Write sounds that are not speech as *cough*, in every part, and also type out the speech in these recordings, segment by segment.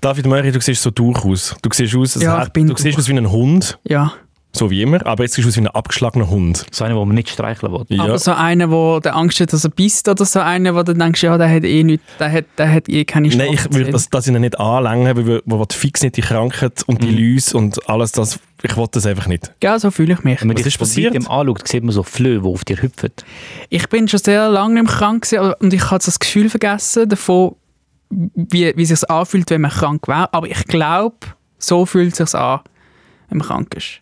David Möri, du siehst so durch aus. Du siehst aus, als Ja, hätt- ich bin du siehst aus wie ein Hund, Ja. so wie immer, aber jetzt siehst du aus wie ein abgeschlagener Hund. So einer, den man nicht streicheln will. Ja. Aber so einer, wo der Angst hat, dass er bist oder so einer, wo du denkst, ja, der hat eh nichts, der hat, der hat eh keine Chance. Nein, ich will das, das ihnen nicht anlängen, weil wir- man will fix nicht die Krankheit und Mhm. die Läuse und alles das. Ich will das einfach nicht. Ja, so fühle ich mich. Wenn man Was dich ist von passiert? weitem anschaut, sieht man so Flöhe, die auf dir hüpfen. Ich bin schon sehr lange nicht mehr krank gewesen, aber- und ich habe das Gefühl vergessen davon, wie, wie sich anfühlt, wenn man krank wäre. Aber ich glaube, so fühlt es sich an, wenn man krank ist.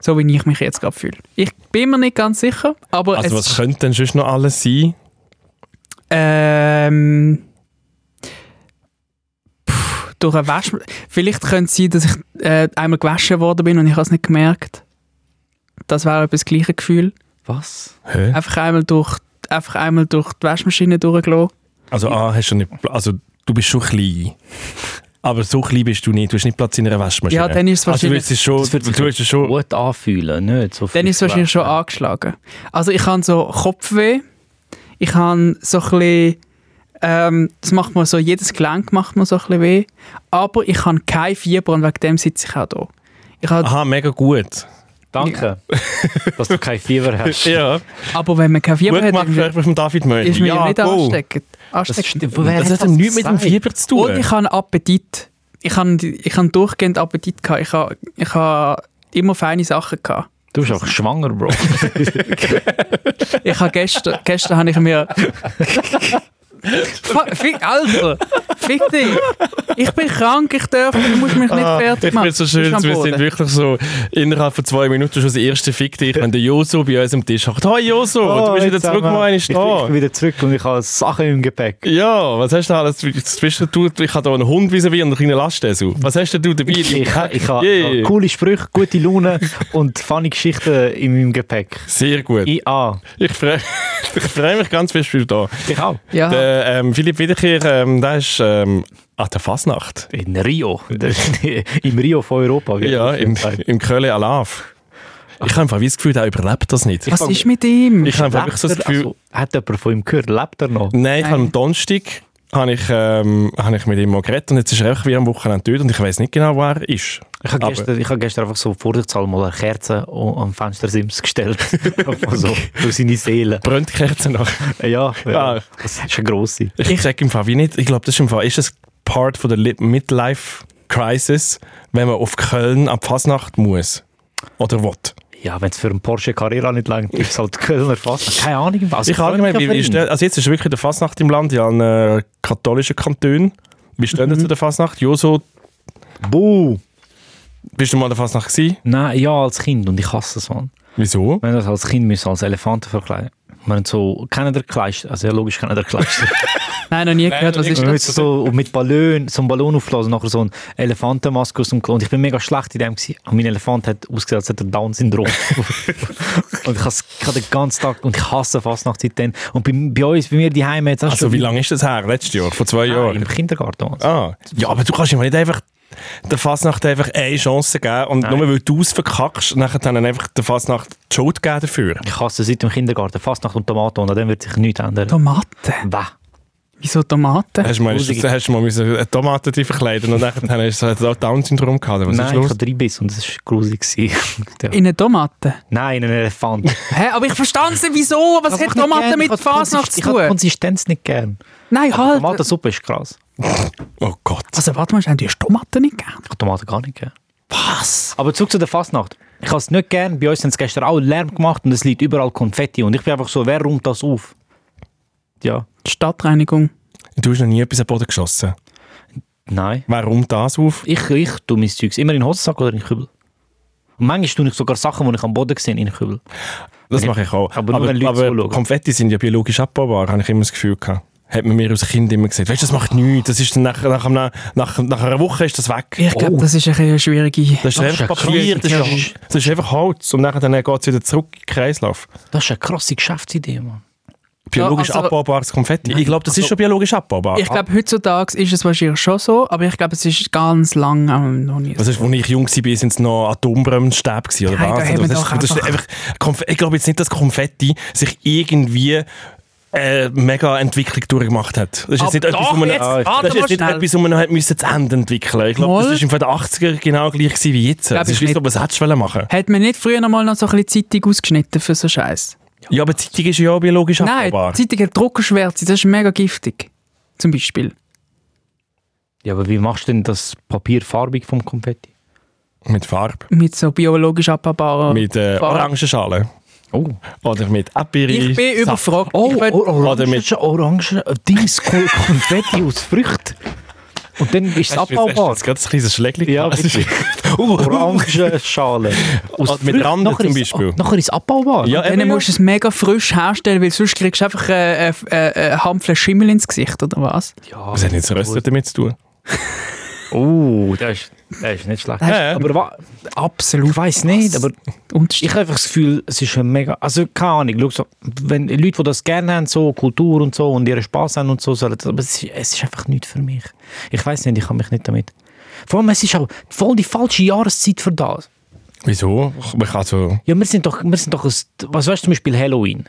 So wie ich mich jetzt gerade fühle. Ich bin mir nicht ganz sicher, aber Also, Oh, es was könnte denn sonst noch alles sein? ähm, pff, durch ein Wasch... Vielleicht könnte es sein, dass ich äh, einmal gewaschen worden bin und ich habe es nicht gemerkt. Das wäre etwas das gleiche Gefühl. Was? Hä? Einfach einmal durch, einfach einmal durch die Waschmaschine durchgelassen. Also, ah, hast du nicht. Pla- Also, du bist schon klein. Aber so klein bist du nicht. Du hast nicht Platz in einer Waschmaschine. Ja, dann ist es also, du wahrscheinlich- willst es schon. Das wird sich Du willst es schon. Gut anfühlen, nicht so Dann ist es wahrscheinlich schon angeschlagen. Also ich habe so Kopfweh, ich habe so ein bisschen, ähm, das macht mir so, jedes Gelenk macht mir so ein bisschen weh, aber ich habe kein Fieber und wegen dem sitze ich auch da. Ich habe, Aha, mega gut. Danke, *laughs* dass du kein Fieber hast. Ja, aber wenn man kein Fieber gut gemacht, hat, vielleicht ist von David Möri. man ja, Ja, nicht go. ansteckend. ansteckend. Wer Das hat nichts mit dem gesagt? Fieber zu Und tun. ich habe Appetit. Ich habe, ich habe durchgehend Appetit gehabt. Ich habe, ich habe immer feine Sachen gehabt. Du bist auch schwanger, Bro. *laughs* Ich habe gestern, *laughs* gestern habe ich *laughs* mir. Fuck, Fick, Alter! Fick dich! Ich bin krank, ich darf, du musst mich nicht Ah, fertig ich machen. finde es so schön, wir Du bist am sind Boden. wirklich so innerhalb von zwei Minuten schon das erste Fick dich, wenn der Joso bei uns am Tisch hockt. Hi Joso, Oh, du bist wieder zurück, oh. mal ich, einmal bin- ich bin da. wieder zurück und ich habe Sachen im Gepäck. Ja, was hast du da alles zwischen du? Ich habe da einen Hund vis wie und einen kleinen Lastesu. Was hast denn du dabei? Ich, ich, ich habe Yeah. coole Sprüche, gute Laune und funny Geschichten in meinem Gepäck. Sehr gut. Ich, IA. freue *laughs* ich freu mich ganz fest, bist du da. Ich auch. Ja, Der ähm, Philipp Wiederkehr, ähm, der ist ähm, an der Fasnacht. In Rio. *laughs* Im Rio von Europa. wie Ja, ich im, gesagt habe. im Köln Alaf. Ich habe einfach wie das Gefühl, der überlebt das nicht. was ist mit ihm? Ich habe einfach wirklich so das Lebt er- Gefühl, also, hat jemand von ihm gehört? Lebt er noch? Nein, ich Nein. habe am Donnerstag habe ich, ähm, habe ich mit ihm mal geredet und jetzt ist er einfach wie am Wochenende tot und ich weiß nicht genau, wo er ist. Ich habe Aber- gestern, ich habe gestern einfach so vorsichtshalber mal eine Kerze o- am *laughs* Fenstersims gestellt. Einfach so, für seine Seele. Brennt die Kerze nach. Ja, ja. Ja. das ist eine grosse. *laughs* Ich, check im Fall wie nicht. Ich glaube, das ist im Fall ist das Part von der Li- Midlife Crisis, wenn man auf Köln ab Fasnacht muss. Oder was? Ja, wenn es für einen Porsche Carrera nicht langt, ist es halt Kölner Fass. Keine Ahnung, was. Ich habe allgemein, wie, wie stell- also jetzt ist wirklich der Fasnacht im Land, ja, in äh, katholischen Kanton. Wie stehen mhm. zu der Fasnacht? Joso, Buh! bist du mal an der Fasnacht gewesen? Nein, ja, als Kind. Und ich hasse es, Mann. Wieso? Wir haben das als Kind müssen, als Elefanten verkleiden. Wir haben so, kennen der Kleister? Also ja, logisch kennen der Kleister. Nein, noch nie gehört, was ist Wir das? müssen Äh, so mit Ballon, so einen Ballon aufblasen, nachher so eine Elefantenmaske aus dem Klo. Und ich bin mega schlecht in dem gewesen. Und mein Elefant hat ausgesehen, als hätte *laughs* er Down-Syndrom. und ich has- ich habe den ganzen Tag, und ich hasse Fastnacht seitdem. Und bei, bei uns, bei mir die Heime jetzt auch Also wie lange ist das her? Letztes Jahr? Vor zwei Ja, Jahren? Im Kindergarten. Mann. Ah, ja, aber du kannst ihm nicht einfach der Fasnacht einfach eine Chance geben und nur weil du es verkackst, nachher dann einfach der Fasnacht die Schuld geben dafür. Ich hasse seit dem Kindergarten Fastnacht und Tomaten und an dem wird sich nichts ändern. Tomaten? Bäh. Wieso Tomaten? Hast du mal, hast Gruselig. du- hast du mal müssen eine Tomate die verkleiden und nachher dann hast du halt auch Down-Syndrom gehabt. oder Was Nein, ist ich los? hatte drei Biss und es war gruselig. gewesen. *laughs* ja. In eine Tomate? Nein, ein Elefant. Hä, aber ich verstand nicht, wieso? Was Ich hat hab nicht Tomaten gern- mit ich hab die Fasnacht Konsistenz- zu Ich habe die tun? Konsistenz nicht gern. Nein, Die halt! Tomatensuppe ist krass. Oh Gott. Also warte mal, schnell, du hast Tomaten nicht gern? Ich habe Tomaten gar nicht gern. Was? Aber zurück zu der Fastnacht. Ich habe es nicht gern. Bei uns haben sie gestern auch Lärm gemacht und es liegt überall Konfetti. Und ich bin einfach so, wer räumt das auf? Ja. Stadtreinigung. Du hast noch nie etwas am Boden geschossen. Nein. Warum das auf? Ich, ich tue mein Zeugs immer in den Hosensack oder in den Kübel. Und manchmal tue ich sogar Sachen, die ich am Boden sehe, in den Kübel. Das mache ich auch. Aber nur, wenn Leute zuschauen. Konfetti sind ja biologisch abbaubar, habe ich immer das Gefühl gehabt. Hat man mir als Kind immer gesagt. Weißt du, das macht nichts. Das ist dann nach, nach, einem- nach, nach einer Woche ist das weg. Ich glaube, das ist ein bisschen eine schwierige... Oh. Das ist Das einfach ist ja Papier, krass. das ist, das ist einfach Holz und nachher dann geht es wieder zurück in den Kreislauf. Das ist eine krasse Geschäftsidee, Mann. Biologisch also- abbaubares Konfetti. Ich glaube, das also- ist schon biologisch abbaubar. Ich glaube, heutzutage ist es wahrscheinlich schon so, aber ich glaube, es ist ganz lang ähm, noch nie so. das ist, als ich jung war, sind es noch Atombremsstäbe gewesen, oder Nein, da was? haben Oder wir das doch ist, das ist einfach- einfach Konf ich glaube jetzt nicht, dass Konfetti sich irgendwie eine mega Entwicklung durchgemacht hat. Das ist jetzt Aber nicht etwas, doch, wo man, jetzt, Ah, warte das ist mal jetzt nicht schnell. etwas, wo man hat müssen zu Ende entwickeln Ich glaube, Mal. das war in den 80er genau gleich gewesen wie jetzt. Glaub Das ist ich wie, ob man es hättest wollen machen Hat man nicht früher noch mal noch so ein bisschen Zeitung ausgeschnitten für so Scheiß? Ja, aber die Zeitung ist ja auch biologisch Nein, abbaubar. Zeitung hat Druckerschwärze, das ist mega giftig. Zum Beispiel. Ja, aber wie machst du denn das Papier farbig vom Konfetti? Mit Farbe. Mit so biologisch abbaubaren. Mit äh, Farbe. Orangenschale. Oh. Oder mit Apiri. ich bin überfragt. Oh, ich will- Oder mit- orange, orange äh, Dings, Kon- *laughs* Konfetti aus Früchten. Und dann ist es abbaubar. Jetzt gerade ein kleines Schlägli. Uh, Ja, gehabt. bitte. *laughs* Orange Schale. *laughs* Aus Oder mit Früchten. Randen Nachher zum ist- Beispiel. Nachher ist es abbaubar. Ja, Dann eben, musst du es mega frisch herstellen, weil sonst kriegst du einfach einen äh, äh, Hampfle Schimmel ins Gesicht, oder was? ja. Das hat nichts Rösten damit zu tun. Oh, der ist, der ist nicht schlecht. Äh, Ja. Aber wa- Absolut. ich weiß nicht, aber Und ich habe einfach das Gefühl, es ist ein mega. Also, keine Ahnung, schau, so, wenn Leute, die das gerne haben, so Kultur und so und ihren Spaß haben und so, sollen, das- aber es ist, es ist einfach nichts für mich. Ich weiß nicht, ich kann mich nicht damit. Vor allem, es ist auch voll die falsche Jahreszeit für das. Wieso? Man kann so... Ja, wir sind doch, wir sind doch ein, was weißt du, zum Beispiel Halloween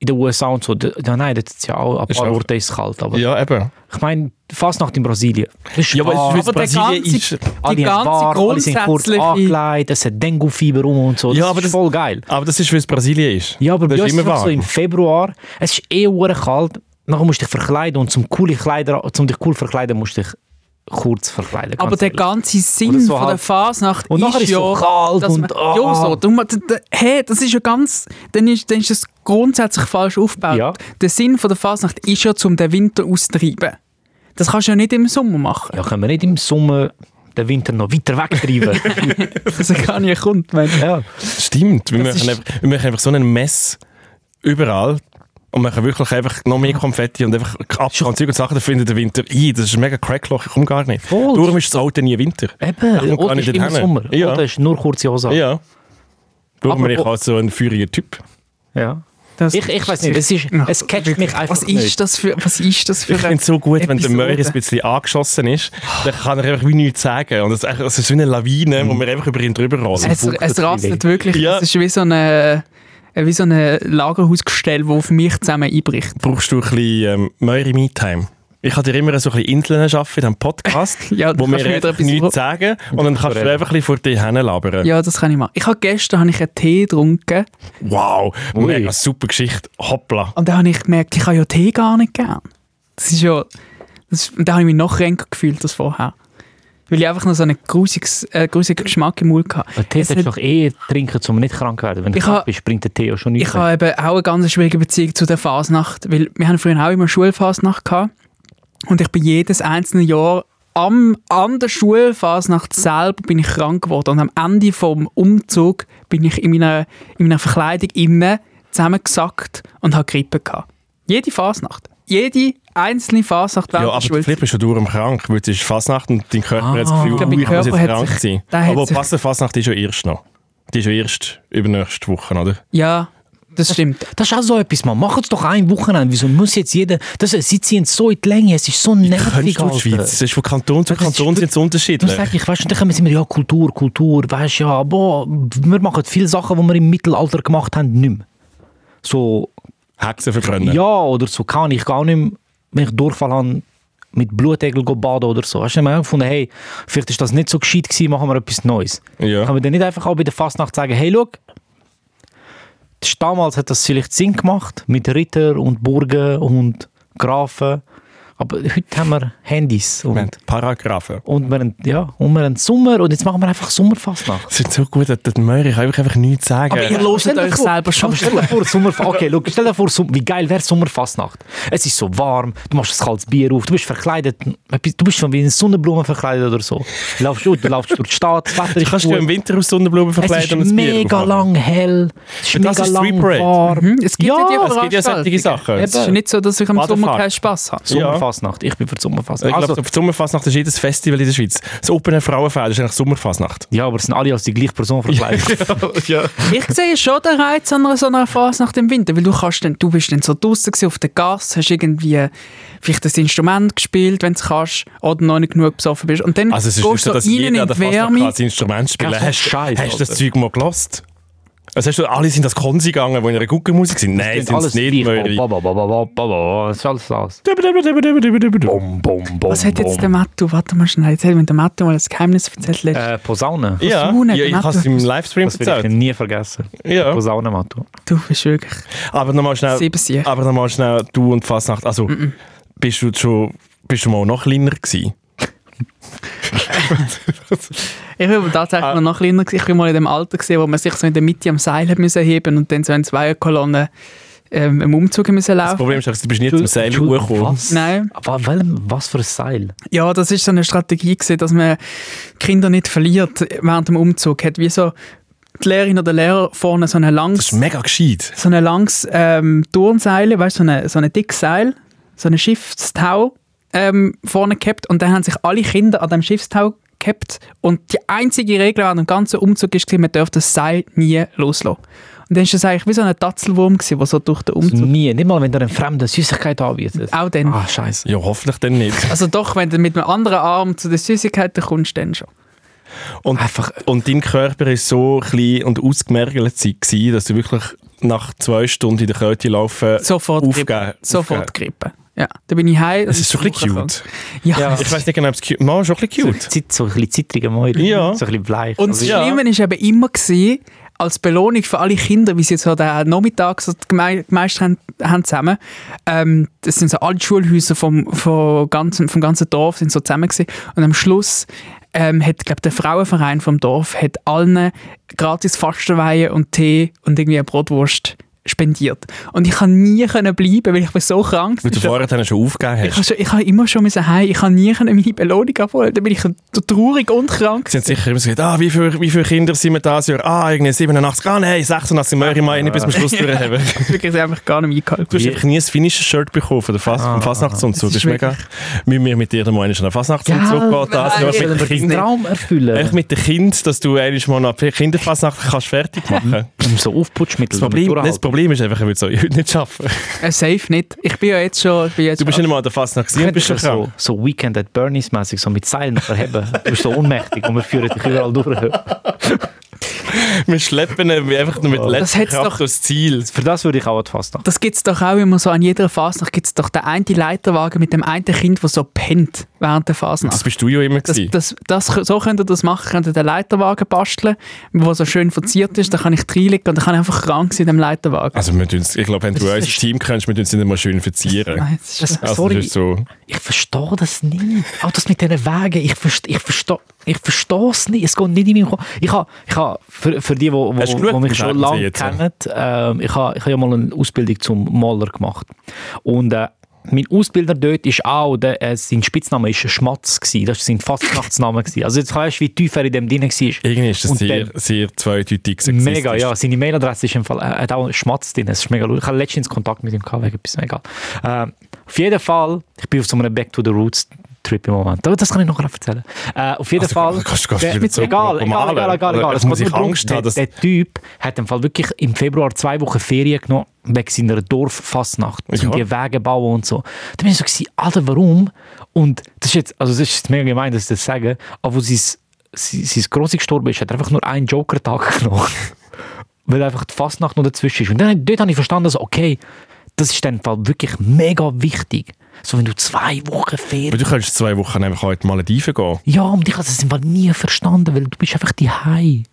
in den USA und so. Da, da- nein, das ist ja auch, ein Ist paar auch- Orte ist es kalt, aber Ja, eben. ich meine, Fastnacht in Brasilien. Das ist Ja, aber warm. es ist, Aber der Brasilien ganze- ist... Alle Die Ah, haben ganze warm, alle sind kurz grundsätzliche- angekleidet, es hat Dengue-Fieber um und so. Das Ja, aber ja, aber ist das- voll geil. Aber das ist, weil es Brasilien ist. Ja, aber das bei uns ist immer es so wahr. im Februar, es ist eh hure kalt, nachher musst du dich verkleiden und zum coole Kleider, zum dich cool verkleiden, musst du dich kurz verkleiden. ganz Aber der ehrlich. ganze Sinn Oder so von der halt- Fasnacht Und ist nachher ist es ja, so kalt dass man, und- ah. ja so, du, mu- d- d- hey, das ist ja ganz, dann ist, dann ist das grundsätzlich falsch aufgebaut. Ja. Der Sinn von der Fasnacht ist ja, zum den Winter auszutreiben. Das kannst du ja nicht im Sommer machen. *laughs* ja, können wir nicht im Sommer den Winter noch weiter wegtreiben. *laughs* Das ist gar nicht kommt, mein. ja. Stimmt. Wir Das machen, ist- einfach, wir machen einfach so einen Mess überall und machen wirklich einfach noch mehr Konfetti und einfach Abschauen und Zeug und Sachen. Da findet der Winter ein. Das ist ein mega Crackloch. Ich komme gar nicht. Voll. Darum ist das Auto nie Winter. Ich Eben, komm gar oder nicht ist immer dorthin. Sommer, Ja. oder ist nur kurze Hose. an. Ja. Darum bin ich Apropos- auch so ein feuriger Typ. Ja. Das Ich, ich weiß nicht, es, ist, Ja. es catcht mich einfach was nicht. ist das für, was ist das für Ich finde es so gut, wenn der Episode. Möhrer ein bisschen angeschossen ist, dann kann er einfach wie nichts sagen. Und es ist einfach- es ist wie eine Lawine, wo wir einfach über ihn drüber Also, rollen. Mhm. Es, es rasselt wirklich. Ja. Es ist wie so ein, äh, wie so ein Lagerhausgestell, das auf mich zusammen einbricht. brauchst du ein bisschen ähm, Möhre Meetime. Ich habe dir immer so ein bisschen Inseln schaffen in diesem Podcast, *laughs* Ja, dann wo wir kannst du wieder einfach etwas nichts ru- sagen und dann kannst du reden. einfach ein bisschen vor dir hinlabern. Ja, das kann ich machen. Ich habe gestern habe ich einen Tee getrunken Wow, Ui. mega super Geschichte. Hoppla. und dann habe ich gemerkt, ich habe ja Tee gar nicht gern. Das ist ja, das, und da habe ich mich noch kränker gefühlt als vorher. Weil ich einfach noch so einen grusiges- äh, grusigen Geschmack im Mund hatte. Tee Es solltest du hat- doch eh trinken, um nicht krank zu werden. Wenn du Ich ha- krank bist, bringt der Tee auch schon nichts. Ich habe eben auch eine ganz schwierige Beziehung zu der Fasnacht, weil wir haben früher auch immer Schulfasnacht gehabt und ich bin jedes einzelne Jahr am, an der Schulfasnacht selber bin ich krank geworden und am Ende vom Umzug bin ich in meiner, in meiner Verkleidung innen zusammengesackt und habe Grippe gehabt. Jede Fasnacht. Jede einzelne Fasnacht Ja, während aber der du Schulzeit. flippst schon durch krank, weil es ist Fasnacht und dein Körper hat das Ah. Gefühl, Ich glaube, oh, mein ich muss jetzt Körper hat krank sich- sein. der hat Aber sich- passende Fasnacht ist ja erst noch. Die ist ja erst übernächste Woche, oder? Ja, das stimmt. Das ist auch so etwas, man. Mach es doch ein Wochenende. Wieso muss jetzt jeder. Das, sie ziehen so in die Länge. Es ist so nervig. Könntest du die Alter. Schweiz? Es ist von Kanton zu Das ist Kanton sind es Du unterschiedlich. sagst, ich weißt, und dann kommen sie immer, ja, Kultur, Kultur, weißt ja, boah, wir machen viele Sachen, die wir im Mittelalter gemacht haben, nicht mehr. So, Hexen verbrennen. ja, oder so kann ich gar nicht mehr, wenn ich Durchfall habe, mit Blutegel go baden oder so. Hast du mir gefunden, hey, vielleicht ist das nicht so gescheit gewesen, machen wir etwas Neues. Ja. Kann man dann nicht einfach auch bei der Fastnacht sagen, hey, schau, das ist damals hat das vielleicht Sinn gemacht, mit Ritter und Burgen und Grafen, aber heute haben wir Handys und... Moment, Paragraphen. Und wir haben, ja, und wir haben Sommer und jetzt machen wir einfach Sommerfastnacht. Es ist so gut, dass der Möhrer kann einfach nichts sagen. Aber ihr Stell loset dir euch vor- selber schon. Aber Stell dir vor, Sommerf okay, look, stell dir vor, Som- wie geil wäre Sommerfastnacht. Es ist so warm, du machst ein kaltes Bier auf, du bist verkleidet, du bist schon wie eine Sonnenblume verkleidet oder so. Du laufst, du laufst durch die Stadt, das Wetter ist Kannst du gut. im Winter aus Sonnenblumen Es verkleiden ist mega lang hell, es ist Und das mega ist Street lang Parade. warm. Mhm, es gibt Ja, ja, die Es gibt ja solche Veranstaltungen. Sachen. Es ist ja nicht so, dass ich am Sommer Badefahren. keinen Spass habe. Sommerfastnacht, ich bin für die Ich Sommerfastnacht. glaube, Also, auf die Sommerfasnacht ist jedes Festival in der Schweiz. Das Open Frauenfeld ist eigentlich Sommerfasnacht. ja, aber es sind alle als die gleiche Person verkleidet. *laughs* ja. Ich sehe schon den Reiz an einer so einer Phase nach dem Winter, weil du kannst dann, du bist dann so draußen auf der Gas, hast irgendwie äh, vielleicht das Instrument gespielt, wenn du kannst, oder noch nicht genug besoffen bist. Und dann Also es ist gehst nicht so, du dass rein jeder in an der die Fasnacht kann Wärme. das Instrument spielen Ja, so Hast, Scheiß, hast du das Alter. Zeug mal gelost? Also hast du, alle sind das Konzi gegangen, die in einer guten Musik sind? Nein, Klingt sind es nicht, gleich. Möri. Ba, ba, ba, ba, ba, ba, ba. Das ist alles aus. Bom, bom, bom, Was hat jetzt der bom. Mattu? Warte mal schnell, jetzt hat mir der Mattu mal ein Geheimnis erzählt. letztens. Äh, Posaune. Ja, Posaune, ja, ich genau, habe es du- im Livestream Das werde ich erzählt. nie vergessen. Ja. Posaune, Matu. Du bist wirklich Aber nochmal schnell, sieben Siege. aber nochmal schnell, du und Fasnacht, also bist du schon, bist du mal noch kleiner gewesen? Ich bin aber tatsächlich noch kleiner. gewesen. Ich bin mal in dem Alter, gewesen, wo man sich so in der Mitte am Seil hat müssen heben und dann so in zwei Kolonnen ähm, im Umzug Das müssen laufen Problem ist, einfach, du bist nicht zum Seil hochgekommen. was? Nein. Aber welchem, was für ein Seil? Ja, das ist so eine Strategie, gewesen, dass man Kinder nicht verliert während dem Umzug. Hat wie so die Lehrerin oder der Lehrer vorne so ein Das langes, ist mega gescheit. so ein langes ähm, Turnseil, weißt du, so ein so eine dickes Seil, so ein Schiffstau ähm, vorne gehabt und dann haben sich alle Kinder an dem Schiffstau gehabt und die einzige Regel an dem ganzen Umzug ist, gewesen, man darf das Seil nie loslassen. Und dann ist das eigentlich wie so ein Tatzelwurm, gewesen, der so durch den Umzug... Nie, nicht mal, wenn du eine fremde Süßigkeit anbietest. Auch dann. Ah, scheiße. Ja, hoffentlich dann nicht. Also doch, wenn du mit einem anderen Arm zu den Süßigkeiten kommst, dann schon. Und, Einfach- äh, und dein Körper war so klein und ausgemergelt, gewesen, dass du wirklich nach zwei Stunden in der Kälte laufen Sofort aufgeben. Sofort aufgeben. grippen. Ja, dann bin ich heim. Es ist schon ein bisschen cute. Ja. Ja. Ich weiß nicht genau, ob es cute ist. schon ein bisschen cute. Zeit, so ein bisschen zittriger Mäuer. Ja. So ein bisschen bleich. Und das Also, ja. Schlimme war eben immer, gewesen, als Belohnung für alle Kinder, wie sie jetzt so den Nachmittag so geme- gemeistert haben, haben zusammen, ähm, das sind so alle Schulhäuser vom, vom, ganzen, vom ganzen Dorf sind so zusammen gewesen. und am Schluss ähm, hat, glaube der Frauenverein vom Dorf hat allen gratis Fastenweihe und Tee und irgendwie eine Brotwurst spendiert. Und ich kann nie können bleiben, weil ich war so krank. Weil du vorher dann schon aufgegeben Ich habe, hast. schon, ich habe immer schon müssen heim. Ich kann nie können meine Belohnung abholen. Dann bin ich so traurig und *laughs* krank. Sie haben sicher immer so gesagt, ah, wie viele, wie viele Kinder sind wir dieses Jahr? Ah, irgendwie 87, ah nein, 86, möchte ich mal nicht bis zum Schluss *laughs* durchhaben. Das ist wirklich einfach gar nicht eingehalten. Du hast einfach nie ein finnisches Shirt bekommen von der Fas vom Fasnachtsumzug. Ah, Das Das ist ist mega. Müssen wir mit dir dann mal einen Fasnachtsumzug gehen? Das nein, Jahr mit sollen wir den diesen Kindern. Traum Echt erfüllen. mit den Kindern, dass du eigentlich mal noch Kinderfasnacht kannst fertig machen. So Aufputschmittel. Das Problem, damit nein, das durchhalten. Problem ist einfach, ich würde es heute nicht schaffen. Äh, safe nicht. Ich bin ja jetzt schon. Ich bin jetzt Du bist nicht schon, mal an der Fasnacht gewesen und Könntest bist schon du so, krank. so Weekend at Bernie's mäßig so mit Seilen verheben. Du bist so ohnmächtig und wir führen dich überall durch. Wir schleppen ihn einfach nur mit Das letzter hätt's doch- Kraft durchs Ziel. Für das würde ich auch an die Fasnacht. das gibt es doch auch immer so an jeder Fasnacht. Gibt es doch den einen Leiterwagen mit dem einen Kind, der so pennt während der Das Fasnacht. bist du ja immer Das, gewesen. das, das, so könnt ihr das machen. Könnt ihr den Leiterwagen basteln, der so schön verziert ist. Da kann ich reinlegen und dann kann ich einfach krank sein in dem Leiterwagen. Also wir tun's- ich glaube, wenn du Das unser ist- Team kennst, wir tun es nicht mal schön verzieren. Nein, das Ah, ist, Also sorry. das ist so. Ich verstehe das nicht. Auch das mit diesen Wegen, ich verstehe ich verstehe, ich verstehe es nicht. Es geht nicht in meinem Kopf. Ich habe, ich habe für, für die, die wo, wo, Hast du geschaut, wo mich wie schon sagen sie lange jetzt? kennen, ähm, ich, habe, ich habe ja mal eine Ausbildung zum Maler gemacht. Und äh, mein Ausbilder dort ist auch, der, äh, sein Spitzname ist Schmatz. Gewesen. Das war sein Fastnachtsname. gewesen. Also jetzt weißt du, wie tief er in dem drin war. Irgendwie ist das Und sehr, dann- sehr zweideutig sexistisch. Mega, ja. Seine Mailadresse ist im Fall, er hat auch einen Schmatz drin. Es ist mega lustig. Ich habe letztens Kontakt mit ihm gehabt, wegen etwas, egal. Ähm, auf jeden Fall, ich bin auf so einem Back to the Roots Trip im Moment. Aber das kann ich noch erzählen. Äh, auf jeden Also, Fall. kannst du- kannst du der- wieder mit- zurück egal, zum egal, Normalen? egal, egal, egal. Oder Es geht muss ich nur darum, Angst haben, der- dass- Der Typ hat im Fall wirklich im Februar zwei Wochen Ferien genommen wegen seiner Dorffastnacht. Ja. Um die Wege bauen und so. Da bin ich so, gewesen, Alter, warum? Und das ist jetzt, also das ist jetzt mega gemein, dass ich das sage, aber wo sein, sein, sein Grossi gestorben ist, hat er einfach nur einen Joker-Tag genommen weil einfach die Fastnacht noch dazwischen ist. Und dann, dort habe ich verstanden, also, okay, das ist dann Fall wirklich mega wichtig. So, wenn du zwei Wochen Aber Ferien... du könntest zwei Wochen einfach heute mal Malediven gehen. Ja, und ich habe das im Fall nie verstanden, weil du bist einfach die Hai.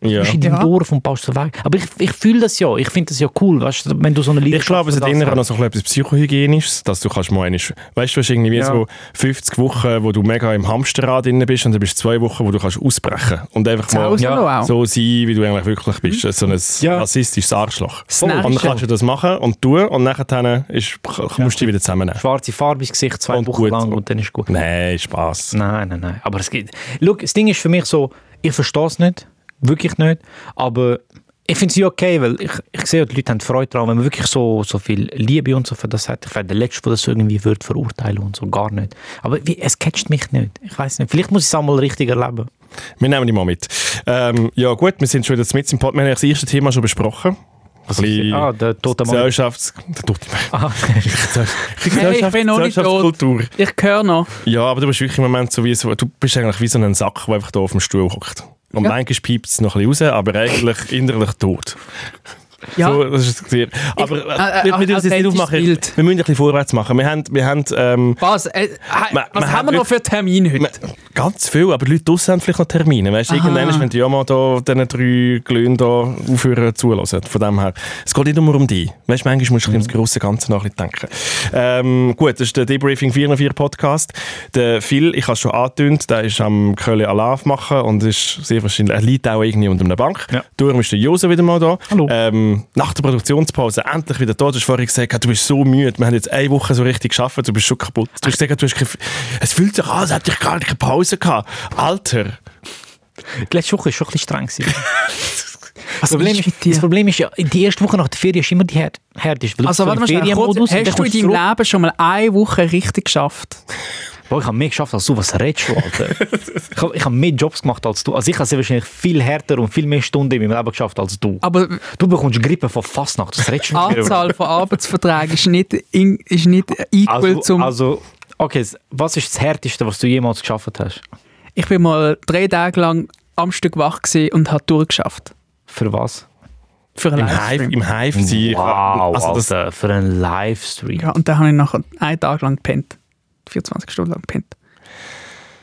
Ja. Du bist in dem Ja. Dorf und baust so weg. Aber ich, ich fühle das ja. Ich finde das ja cool, weißt, du, wenn du so eine Leidenschaft Ich glaube, es für hat das immer hast. noch so ein bisschen etwas Psychohygienisches, dass du kannst mal einmal, weißt du, du hast irgendwie Ja. so 50 Wochen, wo du mega im Hamsterrad drin bist und dann bist du zwei Wochen, wo du kannst ausbrechen und einfach mal das Ja. ja. auch. so sein, wie du eigentlich wirklich bist. So ein Ja. rassistisches Arschloch. Oh, Und dann kannst du das machen und tun und nachher ist, musst du dich wieder zusammennehmen. Schwarze Farbe ins Gesicht, zwei Und Wochen gut. lang und dann ist gut. Nein, Spass. Nein, nein, nein. Aber es geht. Schau, das Ding ist für mich so, ich verstehe es nicht. Wirklich nicht. Aber ich finde es ja okay, weil ich, ich sehe, ja, die Leute haben Freude daran, wenn man wirklich so, so viel Liebe und so für das hat. Ich wäre der Letzte, der das irgendwie würde verurteilen und so. Gar nicht. Aber wie, es catcht mich nicht. Ich weiß nicht. Vielleicht muss ich es einmal richtig erleben. Wir nehmen dich mal mit. Ähm, ja gut, wir sind schon wieder mit im Pod. Wir haben ja das erste Thema schon besprochen. Was ist- ah, der tote Mann. Gesellschafts... Der tote Mann. Ah. *laughs* ich bin noch nicht tot. Gesellschaftskultur. Ich höre noch. Ja, aber du bist wirklich im Moment so wie so, du bist eigentlich wie so ein Sack, der einfach da auf dem Stuhl hockt. Und Ja. manchmal piept es noch ein bisschen raus, aber eigentlich innerlich tot. Ja, So, das ist es aber äh, wir, äh, wir müssen äh, es jetzt nicht authentisches aufmachen. Bild. Wir müssen ein bisschen vorwärts machen. Wir haben, wir haben ähm, was, äh, ha- Man- was man haben hat wir noch für Termine heute? Man- Ganz viel, aber die Leute draussen haben vielleicht noch Termine. Weißt du, Aha. irgendwann ist, wenn die ja mal da diesen drei Glühen da aufhören zulassen. Von dem her. Es geht nicht nur um dich. Weißt du, manchmal musst du mhm. ins große Ganze noch ein bisschen denken. Ähm, gut, das ist der Debriefing 404 Podcast. Der Phil, ich habe es schon angedeutet, der ist am Köln Alarv machen und ist sehr wahrscheinlich, er liegt auch irgendwie unter einer Bank. Ja. Darum ist der Joso wieder mal da. Hallo. Ähm, nach der Produktionspause endlich wieder da. Du hast vorhin gesagt, du bist so müde. Wir haben jetzt eine Woche so richtig geschafft, du bist schon kaputt. Du hast gesagt, du hast keine, es fühlt sich an, als hätte ich gar keine Pause gehabt. Alter. Die letzte Woche war schon ein bisschen streng. gewesen. Was Das Problem, ist ist, mit dir? das Problem ist ja, die erste Woche nach der Ferien ist immer die Herd- härteste. weil du also bist warte im mal schnell, kurz, Ferienmodus und dann hast du in kommst deinem zurück. Leben schon mal eine Woche richtig geschafft? Boah, ich habe mehr geschafft als du. Was redest du, Alter? *laughs* ich habe ich hab mehr Jobs gemacht als du. Also ich habe sehr wahrscheinlich viel härter und viel mehr Stunden in meinem Leben geschafft als du. *laughs* Aber Du bekommst Grippe von Fastnacht. Das redest du nicht mehr über. Anzahl von Arbeitsverträgen ist nicht, in, ist nicht equal Also, zum... also, okay, s- was ist das Härteste, was du jemals geschafft hast? ich bin mal drei Tage lang am Stück wach gewesen und habe durchgeschafft. Für was? Für einen Im Hive, Livestream. im Hive sein. Wow, also das, Alter, für einen Livestream. Ja, und dann habe ich nachher einen Tag lang gepennt. 24 Stunden lang gepennt.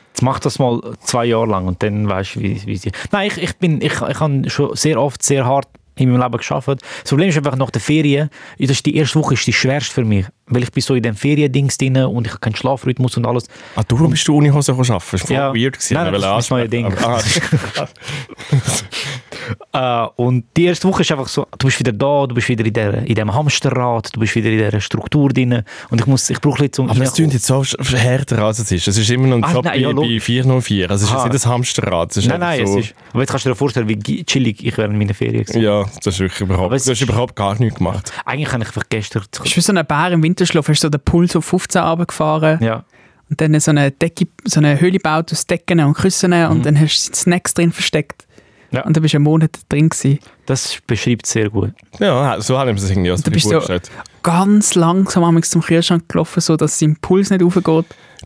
Jetzt mach das mal zwei Jahre lang und dann weißt du, wie, wie sie. Nein, ich, ich, bin, ich, ich habe schon sehr oft sehr hart in meinem Leben geschafft. Das Problem ist einfach nach der Ferien, das ist die erste Woche ist die schwerste für mich, weil ich bin so in dem Feriendings drin und ich habe keinen Schlafrhythmus und alles. ah, darum bist du ohne Hose arbeiten. Das war voll Ja. weird. Gewesen, Nein, nein, Weil das ist er mein Ding. anspricht. *laughs* Ah, Äh, und die erste Woche ist einfach so, du bist wieder da, du bist wieder in, der, in dem Hamsterrad, du bist wieder in dieser Struktur drin und ich muss, ich brauche um- ein bisschen zum... aber das klingt jetzt so sch- härter, als es ist. Es ist immer noch ein Ah, Job nein, ja, bei, bei logisch. 404. Also es ist Ah. jetzt nicht ein Hamsterrad. Es ist nein, nein, einfach so, es ist... Aber jetzt kannst du dir vorstellen, wie gi- chillig ich während meiner Ferien war. Ja, das ist wirklich überhaupt, Aber es du hast ist- überhaupt gar nichts gemacht. Eigentlich habe ich einfach gestern... Ist wie so ein Bär im Winterschlaf, hast du so den Puls auf 15 runtergefahren Ja. und dann so eine, Decke, so eine Höhle gebaut aus Decken und Küssen und dann hast du Snacks drin versteckt. Mhm. Ja. Und dann bist du einen Monat drin gewesen. Das beschreibt sehr gut. Ja, so haben wir es irgendwie auch so Du bist so- vorgestellt. Ganz langsam haben wir zum Kühlschrank gelaufen, sodass sein Puls nicht aufgeht.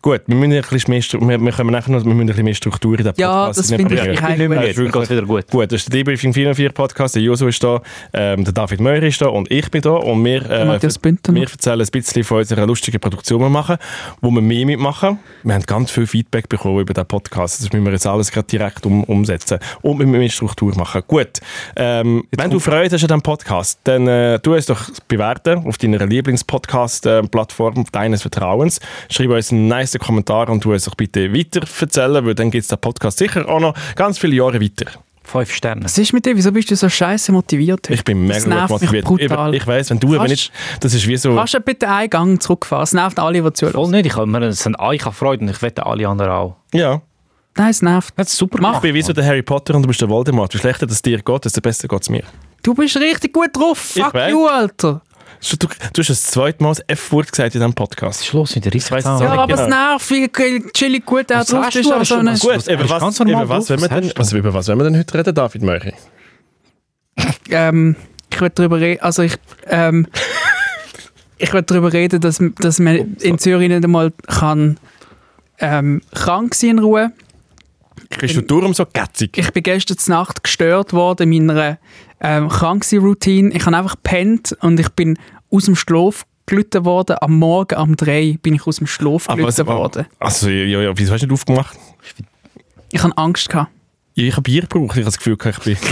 Gut, wir müssen ein bisschen mehr, Stru- wir, wir können nachher noch, wir müssen ein bisschen mehr Struktur in den Ja, Podcast das finde ich reinbringen. Ich bin nicht mehr Jetzt geht's wieder gut. Gut, das ist der dus Debriefing 404 Podcast. Der Josu ist da, ähm, der David Meurer ist da und ich bin da. Und wir, äh, Matthias Bündner. wir erzählen ein bisschen von unserer lustigen Produktion, die wir machen, wo wir mehr mitmachen. Wir haben ganz viel Feedback bekommen über den Podcast. Das müssen wir jetzt alles gerade direkt um, umsetzen. Und wir müssen mehr Struktur machen. Gut, ähm, wenn du Freude hast an diesem Podcast, dann äh, tu es doch bewerten auf deiner Lieblingspodcast-Plattform deines Vertrauens. Schreib uns einen nice Kommentar und tu es doch bitte weiter erzählen, weil dann gibt es den Podcast sicher auch noch ganz viele Jahre weiter. Fünf Sterne. Was ist mit dir? Wieso bist du so scheiße motiviert heute? Ich bin mega das nervt gut mich motiviert. brutal. Ich, ich weiss, wenn du eben Kannst- nicht. Das ist wie so. Kannst du bitte einen Gang zurückfahren? Es nervt alle, die zuhören. Voll nicht. Ich habe es sind alle, ich habe Freude und ich wette alle anderen auch. Ja. Nein, es nervt. Das ist super Mach. Ich bin wie so der Harry Potter und du bist der Voldemort. Wie schlechter das dir geht, desto besser geht es mir. Du bist richtig gut drauf. Ich Fuck weiß. you, Alter. Du, du hast das zweite Mal das F-Wort gesagt in diesem Podcast. ist los mit der Ich weiss es Risikzahl? auch Ja, nicht. aber genau. es nervt, wie ge- chillig gut er Was drauf hast ist. du aber so denn eine- schon? Gut, über ist was, ganz über normal was, drauf, wollen wir was denn, hast du? also über was wollen wir denn heute reden, David Möchi? Ähm, ich würde darüber reden, also ich, *laughs* ähm, ich würde darüber reden, dass, dass Oh, man in Zürich nicht einmal kann, ähm, krank sein in Ruhe. Bist du darum so gätzig? Ich bin gestern zur Nacht gestört worden in meiner ähm, Kranksein-Routine. Ich habe einfach gepennt und ich bin aus dem Schlaf gelitten worden. Am Morgen um drei bin ich aus dem Schlaf gelitten worden. Also, ja, ja, wieso hast du nicht aufgemacht? Ich habe Angst gehabt. Ja, Ich habe Bier gebraucht, ich habe das Gefühl, gehabt, ich bin.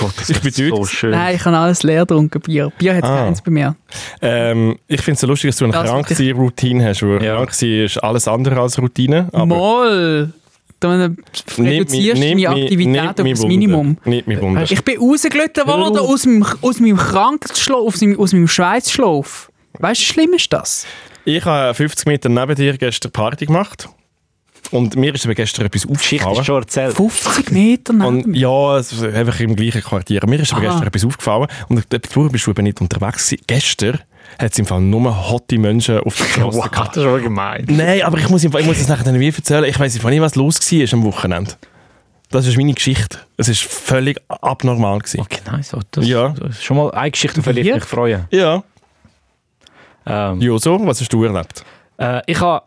Gott, das Ich bin ist so dort. schön. Nein, ich habe alles leer getrunken, Bier. Bier hat Ah. keins bei mir. Ähm, ich finde es so lustig, dass du eine Das wirklich- Kranksein-Routine hast, weil Ja. Kranksein ist alles andere als Routine. aber- Moll! Dann reduzierst du meine Aktivität auf das Minimum. Nicht mehr Wunder. Ich bin rausgelitten worden Warum? aus meinem, aus meinem Krankschlaf, aus meinem, aus meinem Schweißschlaf. Weißt du, wie schlimm ist das? Ich habe 50 Meter neben dir gestern Party gemacht. Und mir ist aber gestern etwas Geschichte ist aufgefallen. schon erzählt. 50 Meter neben Und ja, es ist einfach im gleichen Quartier. Mir ist aber Aha. gestern etwas aufgefallen. Und du bist du eben nicht unterwegs. Gewesen. Gestern hat es im Fall nur hotte Menschen auf der Straße Wow, gehabt. das ist aber gemein. Nein, aber ich muss, im Fall- ich muss das nachher dann wie erzählen. Ich weiß nicht, was los war am Wochenende. Das ist meine Geschichte. Es war völlig abnormal. Gewesen. Okay, nice. Oh, das, Ja. das ist schon mal eine Geschichte, auf die ich Hier? mich freue. Ja. Ähm, Ehm, Joso, was hast du erlebt? eh, äh, ich habe...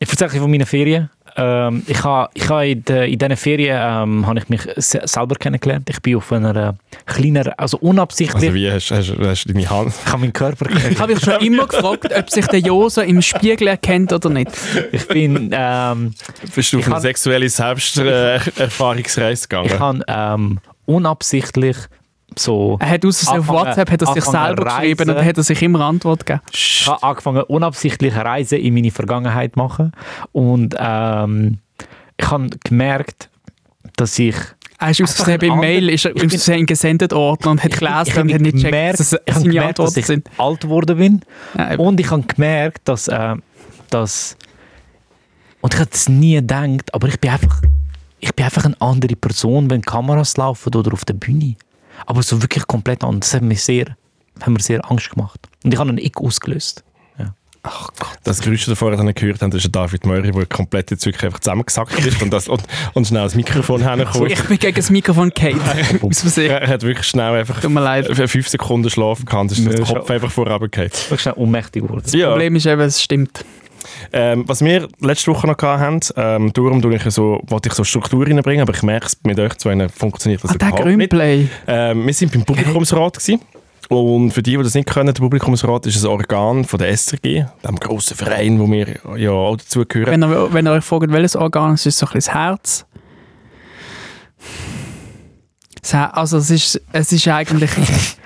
Ich erzähle ein bisschen von meinen Ferien. Ähm, ich habe ich ha in, de, in diesen Ferien ähm, habe ich mich se selber kennengelernt. Ich bin auf einer äh, kleineren, also unabsichtlich, Also wie, hast, hast, hast du deine Hand? ich habe meinen Körper kennengelernt. Ich *laughs* habe mich schon immer gefragt, ob sich der Josa im Spiegel erkennt oder nicht. Ich bin, ähm, Bist du auf Ich eine hab- sexuelle Selbsterfahrungsreise gegangen? ich habe ähm, unabsichtlich so... Er hat aus auf Anfangen- WhatsApp hat er sich anfangen selber reisen. geschrieben und dann hat er sich immer Antwort gegeben. Ich habe angefangen, unabsichtliche Reisen in meine Vergangenheit zu machen. Und ähm, ich habe gemerkt, dass ich... Er ist aus Einfach Versehen ein beim anderer- Mail ist er aus bin- Versehen gesendet Ordner und hat ich gelesen habe und hat nicht gecheckt, gemerkt, dass es ich habe seine gemerkt, dass Antworten ich Oh, sind. alt geworden bin. Ja, eben. Und ich habe gemerkt, dass, äh, dass und ich hätte es nie gedacht, aber ich bin einfach ich bin einfach eine andere Person, wenn Kameras laufen oder auf der Bühne. Aber so wirklich komplett anders. Das hat mir sehr, hat mir sehr Angst gemacht. Und ich habe einen Ick ausgelöst. Das Geräusch, das ihr vorher gehört habt, das ist der David Möri, der komplett jetzt wirklich einfach zusammengesackt ist und, das, und, und schnell das *laughs* Mikrofon oh, hergekommen Ich bin gegen das Mikrofon Kate. aus Versehen. Er hat wirklich schnell einfach Tut mir leid. f- fünf Sekunden schlafen gehabt, ist der Nö, Kopf schon. einfach vorabgegangen. Ich bin schnell ohnmächtig geworden. Das Ja, Problem ist eben, es stimmt. ähm, was wir letzte Woche noch hatten, ähm, darum tue ich so, wollte ich so Struktur reinbringen, aber ich merke es, mit euch zwei funktioniert das Ah, der überhaupt nicht. Grünplay. Ähm, wir sind beim Publikumsrat gewesen. Und für die, die das nicht können, der Publikumsrat ist ein Organ von der SRG, dem grossen Verein, wo wir ja auch dazugehören. Wenn ihr, wenn ihr euch fragt, welches Organ es ist, so ein bisschen das Herz. Das Her- Also es ist, es *laughs* ist eigentlich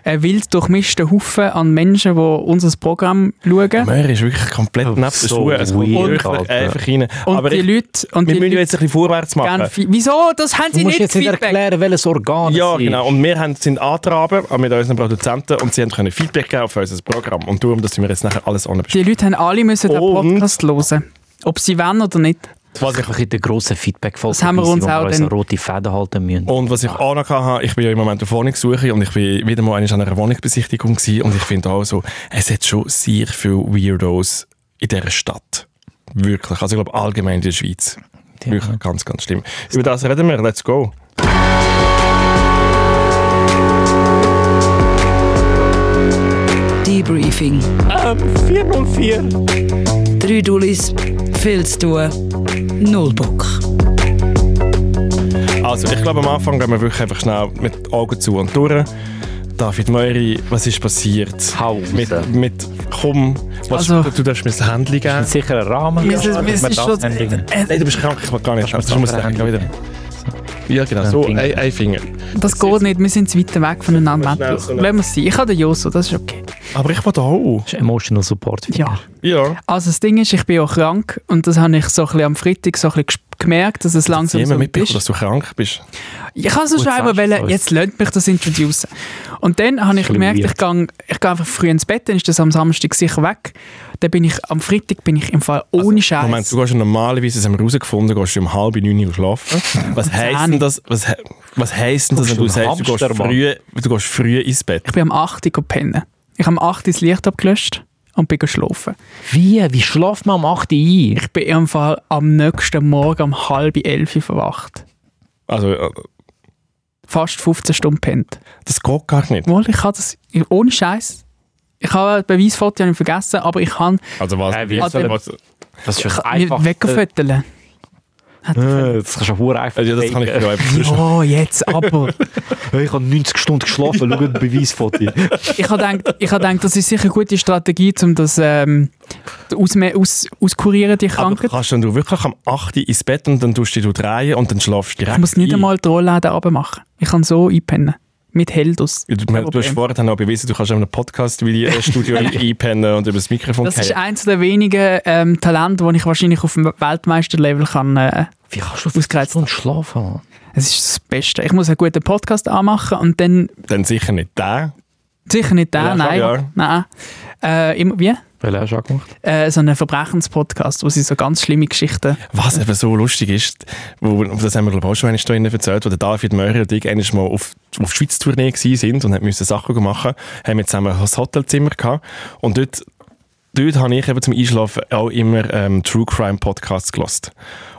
ein wild durchmischter Haufen an Menschen, die unser Programm schauen. Möhr ist wirklich komplett Oh, neben den so Schuhen. Es kommt weird, wirklich Alter. einfach rein. Und Aber die ich, Leute... Und wir die müssen Leute jetzt ein bisschen vorwärts gerne machen. Fe- Wieso? Das haben sie Du nicht musst jetzt nicht Feedback. erklären, welches Organ Ja, es ist. genau. Und wir haben, sind angetraben auch mit unseren Produzenten und sie haben können Feedback geben auf unser Programm. Und darum, dass wir jetzt nachher alles online Die besprechen. Leute haben alle müssen den Und- Podcast hören. Ob sie wollen oder nicht. Was ich, Einfach in der grossen Feedback-Folge. Das haben wir uns wo auch uns dann- Oh, an rote Fäden halten müssen. und was ich auch noch hatte, ich bin ja im Moment auf Wohnungssuche und ich bin wieder mal einmal an einer Wohnungsbesichtigung gewesen. und ich finde auch so, es hat schon sehr viele Weirdos in dieser Stadt. Wirklich. Also ich glaube allgemein in der Schweiz. Ja. Wirklich ganz, ganz schlimm. Über das reden wir. Let's go. Debriefing. 404. Drei Dullis, viel zu tun, null Bock. Also, ich glaube, am Anfang gehen wir wirklich einfach schnell mit Augen zu und durch. David Meury, was ist passiert? Hau Mit, raus. mit komm, was, Also- du, du darfst mir das Handy geben. Sicher ein Rahmen. Es ist- dass es man ist das schon- handeln. Nein, du bist krank, ich mag gar nicht. Kannst Du du mir musst das den Handy Handy wieder. Ja, genau, Ein so, ein Finger. ein Finger. Das geht nicht, wir sind zu weit weg voneinander. Schnell so eine- Lassen wir es sein. Ich habe den Joso, das ist okay. Aber ich will auch. Das ist Emotional Support. Äh, Ja. Ja. Also das Ding ist, ich bin auch krank und das habe ich so ein bisschen am Freitag so ein bisschen gesp- gemerkt, dass es langsam so Jemand mitbekommen, ist. dass du krank Also, bist. Ich habe so Gut, schreiben sagst du wollen, es. jetzt lasst mich das introducen. Und dann habe ich Bisschen gemerkt, weird. ich gehe, ich gehe einfach früh ins Bett, dann ist das am Samstag sicher weg. Dann bin ich, am Freitag bin ich im Fall ohne Scheiß. Also, Moment, du gehst ja normalerweise, das haben wir herausgefunden, gehst du um halb neun Uhr schlafen. Was heisst denn das, was, he- was heisst denn das, Du wenn du bist ein sagst, du gehst, Hamstermann. früh, du gehst früh ins Bett? ich bin am 8 Uhr pennen. Ich habe am 8 Uhr das Licht abgelöscht und bin geschlafen. Wie? Wie schläft man um 8 Uhr ein? Ich bin im Fall am nächsten Morgen um halb elf Uhr verwacht. Also, äh, Fast 15 Stunden pennt. das geht gar nicht. Mal, ich habe das ich- ohne Scheiß. Ich habe ein Beweisfoto habe ich vergessen, aber ich kann Also was? Hey, wie- also, was Das ist kann mir äh, wegfoteln. Äh, *laughs* Das kannst du hure einfach. Also, ja, das kann ich faken. dir auch *laughs* einfach zwischen. Ja, Oh, jetzt aber. Hey, Ich habe 90 Stunden geschlafen, schau ein Beweisfoto. ich habe gedacht, ich habe gedacht, das ist sicher eine gute Strategie, um das ähm, ausme- aus, auskurieren, die Aber Krankheit. kannst dann du wirklich am 8. Uhr ins Bett und dann tust du dich drehen und dann schlafst du direkt Ich muss nicht ein. einmal die Rollläden runtermachen. Ich kann so einpennen. Mit Heldus. Du, du hast vorher dann auch bewiesen, du kannst in einem Podcast wie die äh, *laughs* Studio einpennen und über das Mikrofon Das ist fallen. eines der wenigen ähm, Talente, die ich wahrscheinlich auf dem Weltmeisterlevel kann. Äh, *laughs* Wie kannst du Ausgereizt. Stunden schlafen? Mann? es ist das Beste. Ich muss einen guten Podcast anmachen und dann Dann sicher nicht der. sicher nicht den, Ja, schon, nein. ja. nein. Äh, immer, wie? Weil er hast du auch gemacht. Äh, so einen Verbrechenspodcast, wo sie so ganz schlimme Geschichten. Was eben so lustig ist, wo, das haben wir glaube ich auch schon einmal hier drinnen erzählt, wo der David Möhrer und ich eines Mal auf, auf Schweiz-Tournee gewesen sind und haben müssen Sachen machen, haben wir zusammen ein Hotelzimmer gehabt und dort dort habe ich eben zum Einschlafen auch immer ähm, True Crime Podcasts gelost.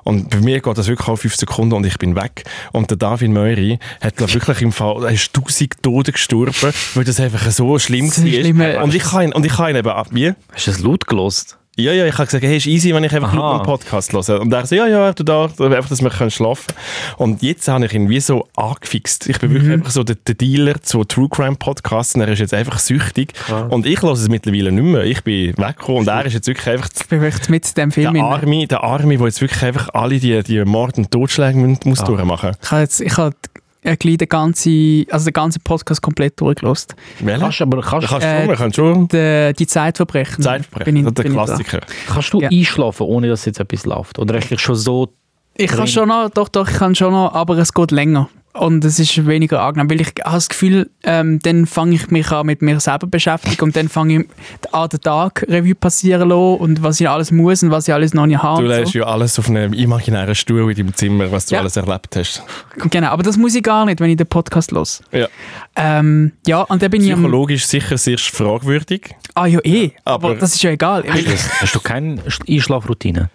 Und bei mir geht das wirklich auf 5 Sekunden und ich bin weg. Und der David Möri hat glaub, wirklich im Fall, er ist tausend Tote gestorben, weil das einfach so schlimm Das ist war. schlimm, ja. Und ich kann ihn, und ich kann ihn eben ab, wie? Hast du das laut gelost? Ja, ja, ich habe gesagt, hey, ist easy, wenn ich einfach Aha. nur einen Podcast höre. Und er so, ja, ja, du da, einfach, dass wir können schlafen können. Und jetzt habe ich ihn wie so angefixt. Ich bin wirklich Mhm. einfach so der, der Dealer zu True Crime Podcasts und er ist jetzt einfach süchtig. Und ich höre es mittlerweile nicht mehr. Ich bin weggekommen und er ist jetzt wirklich einfach Ich bin wirklich mit dem der Film in. Army, der Army, der jetzt wirklich einfach alle die, die Mord und Totschläge mu- muss Ah. durchmachen Ich habe jetzt, ich habe äh, gleich den ganzen, also den ganzen Podcast komplett durchgelost. Welcher? Kannst, aber Da kannst, kannst Äh, du schon, kannst schon Die, die Zeitverbrechen. Zeitverbrechen, Bin ich- das ist der bin ich dran. Klassiker. kannst du Ja. einschlafen, ohne dass jetzt etwas läuft? Oder eigentlich schon so... Ich kann Drin. schon noch, doch, doch, ich kann schon noch, aber es geht länger. Und es ist weniger angenehm, weil ich habe das Gefühl, ähm, dann fange ich mich an mit mir selber beschäftigen und dann fange ich an den Tag Revue passieren lassen und was ich alles muss und was ich alles noch nicht habe. Du und lässt so. ja alles auf einem imaginären Stuhl in deinem Zimmer, was du Ja. alles erlebt hast. Genau, aber das muss ich gar nicht, wenn ich den Podcast los. Ja. Ähm, ja, und dann bin ich am, Psychologisch sicher sehr fragwürdig. Ah ja, eh, aber- aber, das ist ja egal. Hast du, *laughs* hast du keine Sch- Einschlafroutine?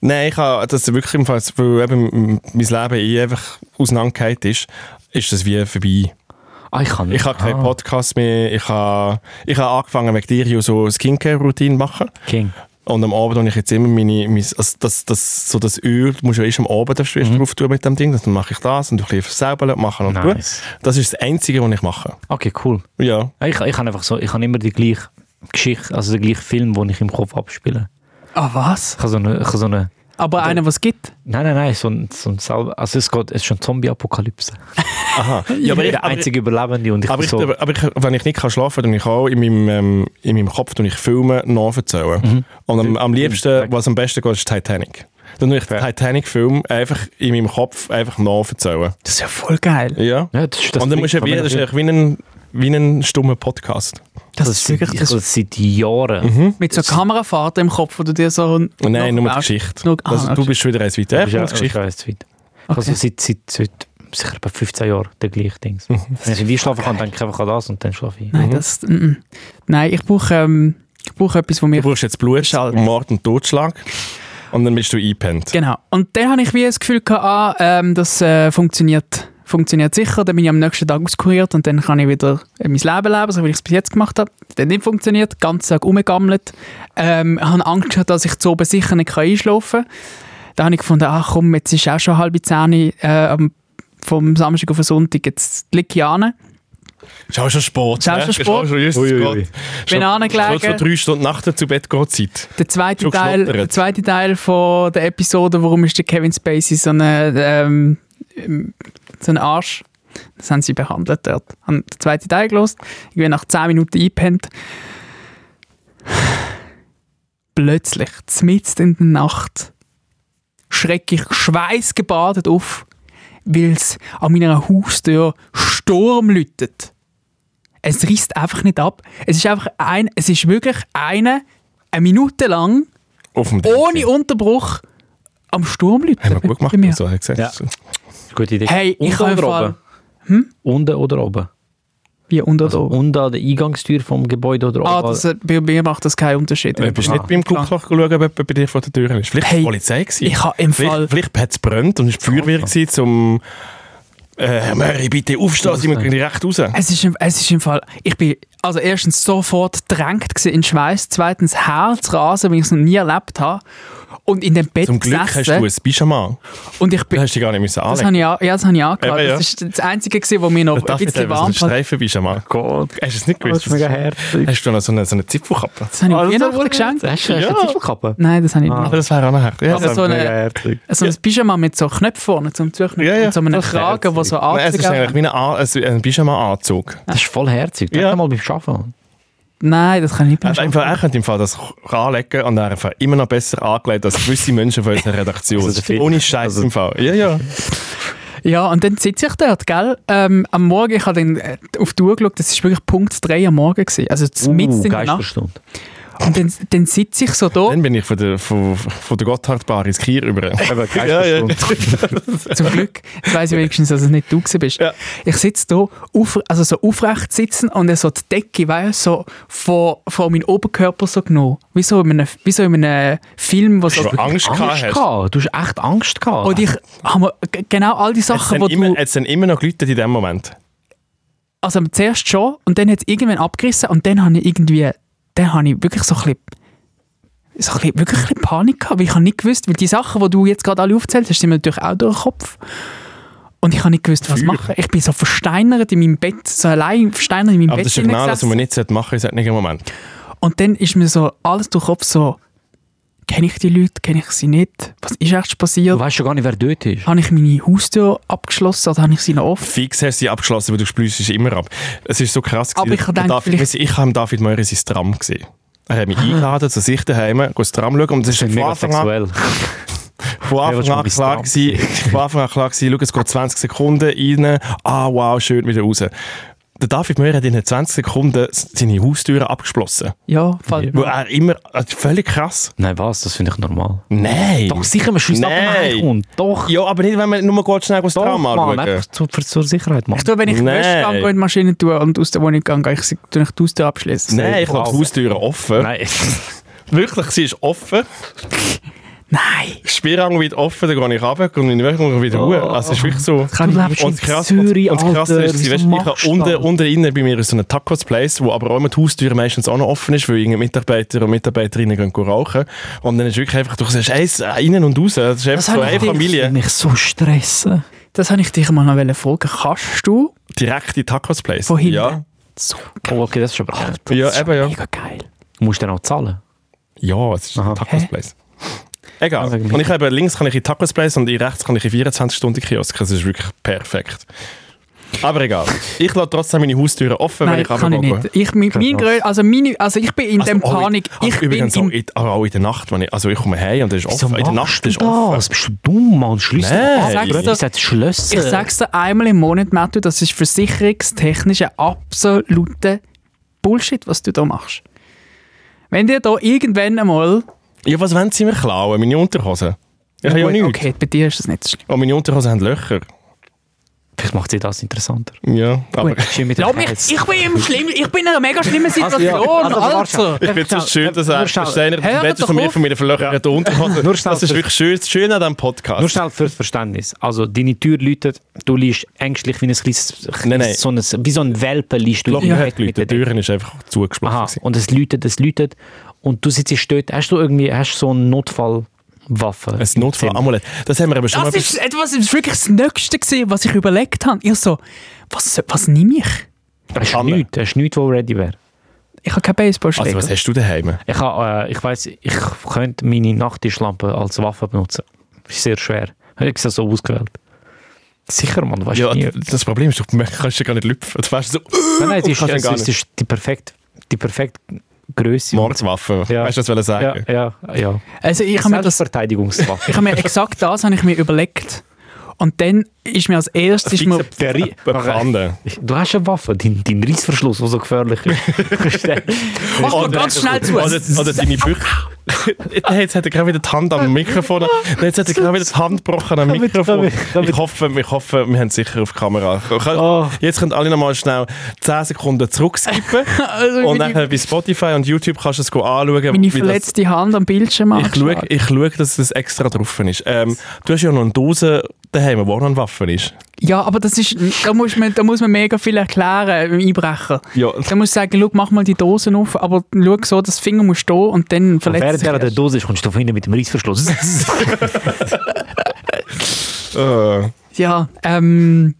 Nein, ich habe das wirklich im Fall, weil eben mein Leben eh einfach auseinandergeht ist, ist das wie vorbei. Ah, ich kann nicht. Ich habe keinen ah, Podcast mehr. Ich habe, ich habe angefangen, wegen dir ja so Skincare-Routine machen. King. Und am Abend habe ich jetzt immer meine, mein, also das, das, so das Öl, du musst ja erst am Abend darfst du erst drauf tun mit dem Ding, dann mache ich das und du ein bisschen versäubern, machen und tun. Nice. Das ist das Einzige, was ich mache. Okay, cool. Ja. Ja, Ich, ich habe einfach so, ich habe immer die gleiche Geschichte, also den gleichen Film, den ich im Kopf abspiele. Ah, was? Ich habe so eine, ich habe so eine Aber einer, was gibt? Nein, nein, nein, so ein, so ein selber, also es geht, es ist schon Zombie-Apokalypse. Aha. Ich Ja, *laughs* bin aber ich, der aber ich, einzige Überlebende und ich aber bin ich, so, aber, aber ich, wenn ich nicht kann schlafen kann, ich auch in meinem, ähm, in meinem Kopf tue ich Filme nachverzählen. Und am, am liebsten, was am besten geht, ist Titanic. Dann tue ich den Titanic-Film einfach in meinem Kopf einfach nachverzählen. Das ist ja voll geil. Ja. ja, das, ist- das und dann bringt- musst du ja wie, wenn das ist ich- ja wie ein, wie ein stummer Podcast. Das, das ist seit- wirklich ich das, habe das seit Jahren. Mhm. mit so Kamerafahrt im Kopf, wo du dir so... Nein, nur die Auch- Geschichte. Nur, ah, Also, du okay. bist wieder eins weiter. Das Ja, ist ich ja- muss das ist Geschichte. ja jetzt weit. Also seit, seit, seit sicher etwa 15 Jahren der gleiche Dings. Mhm. Wenn ich irgendwie schlafen kann, denke ich einfach an das und dann schlafe ich. Nein, das, mm, mm. Nein ich brauche ähm, ich brauche etwas, wo Du mir... brauchst jetzt Blut, Schall. Mord und Totschlag. Und dann bist du eingepennt. Genau. Und dann habe ich wie das Gefühl, gehabt, ah, ähm, das äh, funktioniert, funktioniert sicher. Dann bin ich am nächsten Tag auskuriert und dann kann ich wieder äh, mein Leben leben, so wie ich es bis jetzt gemacht habe. Dann nicht funktioniert, den ganzen Tag rumgegammelt. Ähm, habe Angst gehabt, dass ich zu oben sicher nicht kann einschlafen kann. Dann habe ich gefunden, ach komm, jetzt ist auch schon halb zehn äh, am- vom Samstag auf den Sonntag, jetzt liege ich an. Ist auch schon Sport. Ist auch ne? schon Sport. Ist auch schon, Jesus Gott. Bin Schon- angelegen. Schon so drei Stunden Nacht zu Bett geht Zeit. Der zweite, Schon Teil, geschlottert. der zweite Teil von der Episode, warum ist der Kevin Spacey so ein ähm, ähm, so ein Arsch, das haben sie behandelt dort. Haben den zweiten Teil gelost, ich bin nach 10 Minuten eingepennt. Plötzlich, mitten in der Nacht, schrecke ich schweißgebadet auf, weil es an meiner Haustür Sturm läutet es reißt einfach nicht ab. Es ist einfach ein, es ist wirklich eine, eine Minute lang, Auf dem Ding. ohne Unterbruch, am Sturm läuten. Haben wir gut gemacht, also. Bei mir. so hat gesagt. Ja. Gute Idee. Hey, ich Unten habe oder im Fall- oben? Hm? Unten oder oben? Wie unter Also oben. unten an der Eingangstür vom Gebäude oder Ah, oben? das, äh, bei mir macht das keinen Unterschied. Du bist nicht beim Guckloch geschaut, ob jemand bei dir vor der Tür ist. Vielleicht war Hey, die Polizei. Gewesen. ich hab im vielleicht, Fall- Vielleicht hat es brennt und es war die Feuerwehr gewesen, zum... Äh, Herr Möri, bitte aufstehen, sie müssen direkt raus. Es ist, im- es ist im Fall, ich bin also erstens sofort gedrängt gewesen in Schweiß, zweitens Herzrasen, wie ich es noch nie erlebt habe. Und in dem Bett Zum Glück hast du gesessen. ein Pyjama. und ich Du bin, hast dich gar nicht müssen das anlegen. habe ich, an- ja, das habe ich angehört. Eben, ja. Das ist das Einzige, gewesen, wo mir noch *laughs* Das darf ein nicht bisschen einfach so ein warm hat. Streifenpyjama. Gott, Hast du es nicht das gewusst? ist mega herzig. Hast du noch so eine, so eine Zipfelkappe? Das habe ich Ah, mir das Weihnachten ist aber- geschenkt. Hast du hast du Ja. eine Zipfelkappe? Nein, das habe ich nicht. Aber das wäre auch noch herzig. Ja, Aber das Also so wäre- eine- herzig. So ein Pyjama mit so Knöpfen vorne zum Zuknöpfen Ja, ja. und so einem Das ist Kragen, der so Nein, es ist eigentlich anzieht. wie ein, A- ein, ein Pyjama-Anzug. Das ist voll herzig. Denk Ja. mal beim Schaffen. Nein, das kann ich Er, hat nicht. einfach, er könnte im Fall das anlegen und er hat einfach immer noch besser angelegt als gewisse Menschen von unserer Redaktion. Also der Film. Ohne Scheiß im Fall. Ja, ja. Ja, und dann sitze ich dort, gell? Ähm, am Morgen, ich habe dann äh, auf die Uhr geschaut, das war wirklich Punkt 3 am Morgen. Gewesen. Also Uh, mitten in der Nacht. Uh, Geisterstunde. Und dann, dann sitze ich so da. Dann bin ich von der, von, von der Gotthard-Bar ins Kier über. *laughs* Eben, Ja, ja. Geisterstunde. Zum Glück jetzt weiss ich wenigstens, dass es nicht du gewesen bist. Ja. Ich sitze da, auf, also so aufrecht sitzen und dann so die Decke, weißt du, so vor, vor meinen Oberkörper so genommen. Wie so in einem, wie so in einem Film, wo so... Hast du Angst gehabt? Angst hast. gehabt. Du hast echt Angst gehabt. Und ich habe genau all die Hat's Sachen, dann die du... immer- hat's dann immer noch Leute in dem Moment. also zuerst schon und dann hat es irgendwann abgerissen und dann habe ich irgendwie, dann habe ich wirklich so ein bisschen so ein bisschen, wirklich ein bisschen Panik gehabt, weil ich habe nicht gewusst, weil die Sachen, die du jetzt gerade alle aufzählt hast, sind mir natürlich auch durch den Kopf. Und ich habe nicht gewusst, was Feuer. machen. Ich bin so versteinert in meinem Bett, so allein versteinert in meinem Aber Bett. das ist ein Signal, das hineingesessen. man nicht machen sollte in solchen Moment. Und dann ist mir so alles durch den Kopf so, kenne ich die Leute, kenne ich sie nicht? Was ist echt Du passiert? weißt schon gar nicht, wer dort ist. Habe ich meine Haustür abgeschlossen oder habe ich sie noch offen? Fix hast du sie abgeschlossen, weil du sprühst sie immer ab. Es ist so krass. Aber gewesen. ich hab Der gedacht, David, vielleicht- ich habe David Meurer sein Tram gesehen. Er hat mich eingeladen zu sich daheim, geh ins Tram schauen. Und es ist von mega Anfang an sexuell. Von Anfang Ja, an willst du klar mein gewesen, *laughs* von Anfang an klar gewesen, schau, es geht 20 Sekunden rein, ah wow, schön, wieder raus. Der David Möhr hat in den 20 Sekunden seine Haustüre abgeschlossen. Ja, fällt Wo mir. er immer, äh, völlig krass. Nein, was? Das finde ich normal. Nein! Doch, sicher, man schießt ab, wenn man Nein. heimkommt. Doch, Ja, aber nicht, wenn man nur geht, schnell das doch, Tram Mann. anschauen. Einfach zu, für, zur Sicherheit, Mann. Ich tue, wenn ich Nein. Wäsche gehe, gehe in die Maschine tue und aus der Wohnung gehe, gehe ich, sie- tue ich die Haustür abschließen. Nein, ich habe die Haustüre offen. Nein. Wirklich, sie ist offen. Nein. Spierang wird offen, dann gehe ich runter, komme in die Wirkung wieder Oh. hoch. Also es ist wirklich so... Du lebst in Und krass, Zürich, und, und krass Alter. ist, sie, Wieso weißt, ich machst habe du unten, das? unten innen bei mir ist so ein Tacos Place, wo aber auch immer die Haustür meistens auch noch offen ist, weil irgendeine Mitarbeiter und Mitarbeiterinnen gehen gehen rauchen. Und dann ist wirklich einfach, du sagst, eins äh, innen und außen, das ist einfach so habe ich eine gedacht. Ich Familie. mich so stressen. Das wollte ich dich mal noch fragen. Kannst du Direkt in Tacos Place. von hinten? Ja, So geil. Oh, okay, das ist schon geil. ja eben, ja. Mega geil. Du musst dann auch zahlen. Ja, es ist Aha. ein Tacos Hä? Place. Egal. Also, Und ich habe links kann ich in Tacos Place und in rechts kann ich in 24-Stunden-Kiosk. Das ist wirklich perfekt. Aber egal. Ich lasse trotzdem meine Haustüre offen, Nein, wenn ich kann ich runtergehe. nicht. Ich, mein, mein Krass. Grö- also, meine, also ich bin in Also dem auch in- Panik. also ich bin übrigens auch im in, aber auch in der Nacht, wenn ich, also ich komme heim und es ist Wieso offen. In der machst Nacht du ist offen. das? Bist du dumm, Mann? Schlüssel Nein. Ich sag's dir. Das hat Schlüssel. Ich sag's dir einmal im Monat, Matthew, das ist versicherungstechnisch ein absoluter Bullshit, was du da machst. Wenn dir da irgendwann einmal. Ja, was wollen sie mir klauen? Meine Unterhosen? Ich habe ja Gut, nichts. okay, bei dir ist das nicht so schlimm. Und meine Unterhosen haben Löcher. Vielleicht macht sie das interessanter. Ja, aber Schön mit Glaub mich, ich bin im schlimm, ich bin in einer mega schlimmen Situation, ja, also warte. Alter. *laughs* ich finde es so schön, dass er Nur schnell. Steiner Hör das Wetter doch von mir auf. von mir verlöcherten Unterhosen. Nur schnell das ist für- wirklich schön, das Schöne an diesem Nur Podcast. schnell fürs Verständnis. Also, deine Tür läutet, du liegst ängstlich wie ein kleines, Nein, nein. So ein, wie so ein Welpe liegst du Die im ja. Bett mit Leute, die der Decke. Türen ist einfach zugeschlossen. Aha, gewesen. und es läutet, es läutet und du sitzt dort. Hast du irgendwie hast du so eine Notfallwaffe? Ein Notfall-Amulett. Das haben wir aber schon Das mal ist etwas, das ist wirklich das Nächste, gewesen, was ich überlegt habe. Ich so, was, soll- was nehme ich? Hast du Kanne. nichts, hast du nichts, wo ready wäre. Ich habe keinen Baseballschläger. Also, was hast du daheim? Ich, ha- äh, ich weiss, ich könnte meine Nachttischlampe als Waffe benutzen. Ist sehr schwer. Hätte ich es so ausgewählt. Sicher, Mann, weißt Ja, du nie. das Problem ist, du kannst ja gar nicht lüpfen. Du weißt so, *laughs* Nein, nein, es ist, kannst ja es, gar es ist die perfekte die perfekt Größe. Mordswaffe. Ja. Weißt du, was ich sagen Ja, wollte? ja, ja. Also ich habe mir das Ich *laughs* Selbstverteidigungswaffe. habe mir exakt das habe ich mir überlegt. Und dann ist mir als erstes ist mir, Der Ri- Bekannte. Du hast eine Waffe, dein, dein Reissverschluss, der so gefährlich *laughs* ist. mach Oh, mal ganz schnell zu. Also, Oder, oder deine Bücher. *laughs* Nein, jetzt hat er gerade wieder die Hand am Mikrofon. Nein, jetzt hat er gerade wieder die Hand gebrochen am Damit- Mikrofon. damit- damit- Ich hoffe, ich hoffe, wir haben es sicher auf die Kamera. Ich kann- Oh. Jetzt könnt alle nochmal schnell 10 Sekunden *laughs* zurückskippen. Also und meine- nachher bei Spotify und YouTube kannst du es go anschauen. meine wie das, verletzte Hand am Bildschirm ich schaue, angeschlagen. ich schaue, dass das extra drauf ist. Ähm, du hast ja noch eine Dose daheim, wo noch eine Waffe ist. Ja, aber das ist, da muss man, da muss man mega viel erklären beim Einbrecher. Ja. Da muss ich sagen, schau, mach mal die Dosen auf, aber schau so, dass der Finger muss stehen und dann verletzt Während sich der an der erst. Dose ist, kommst du von hinten mit *laughs* dem Reissverschluss. Äh, Ja, ähm,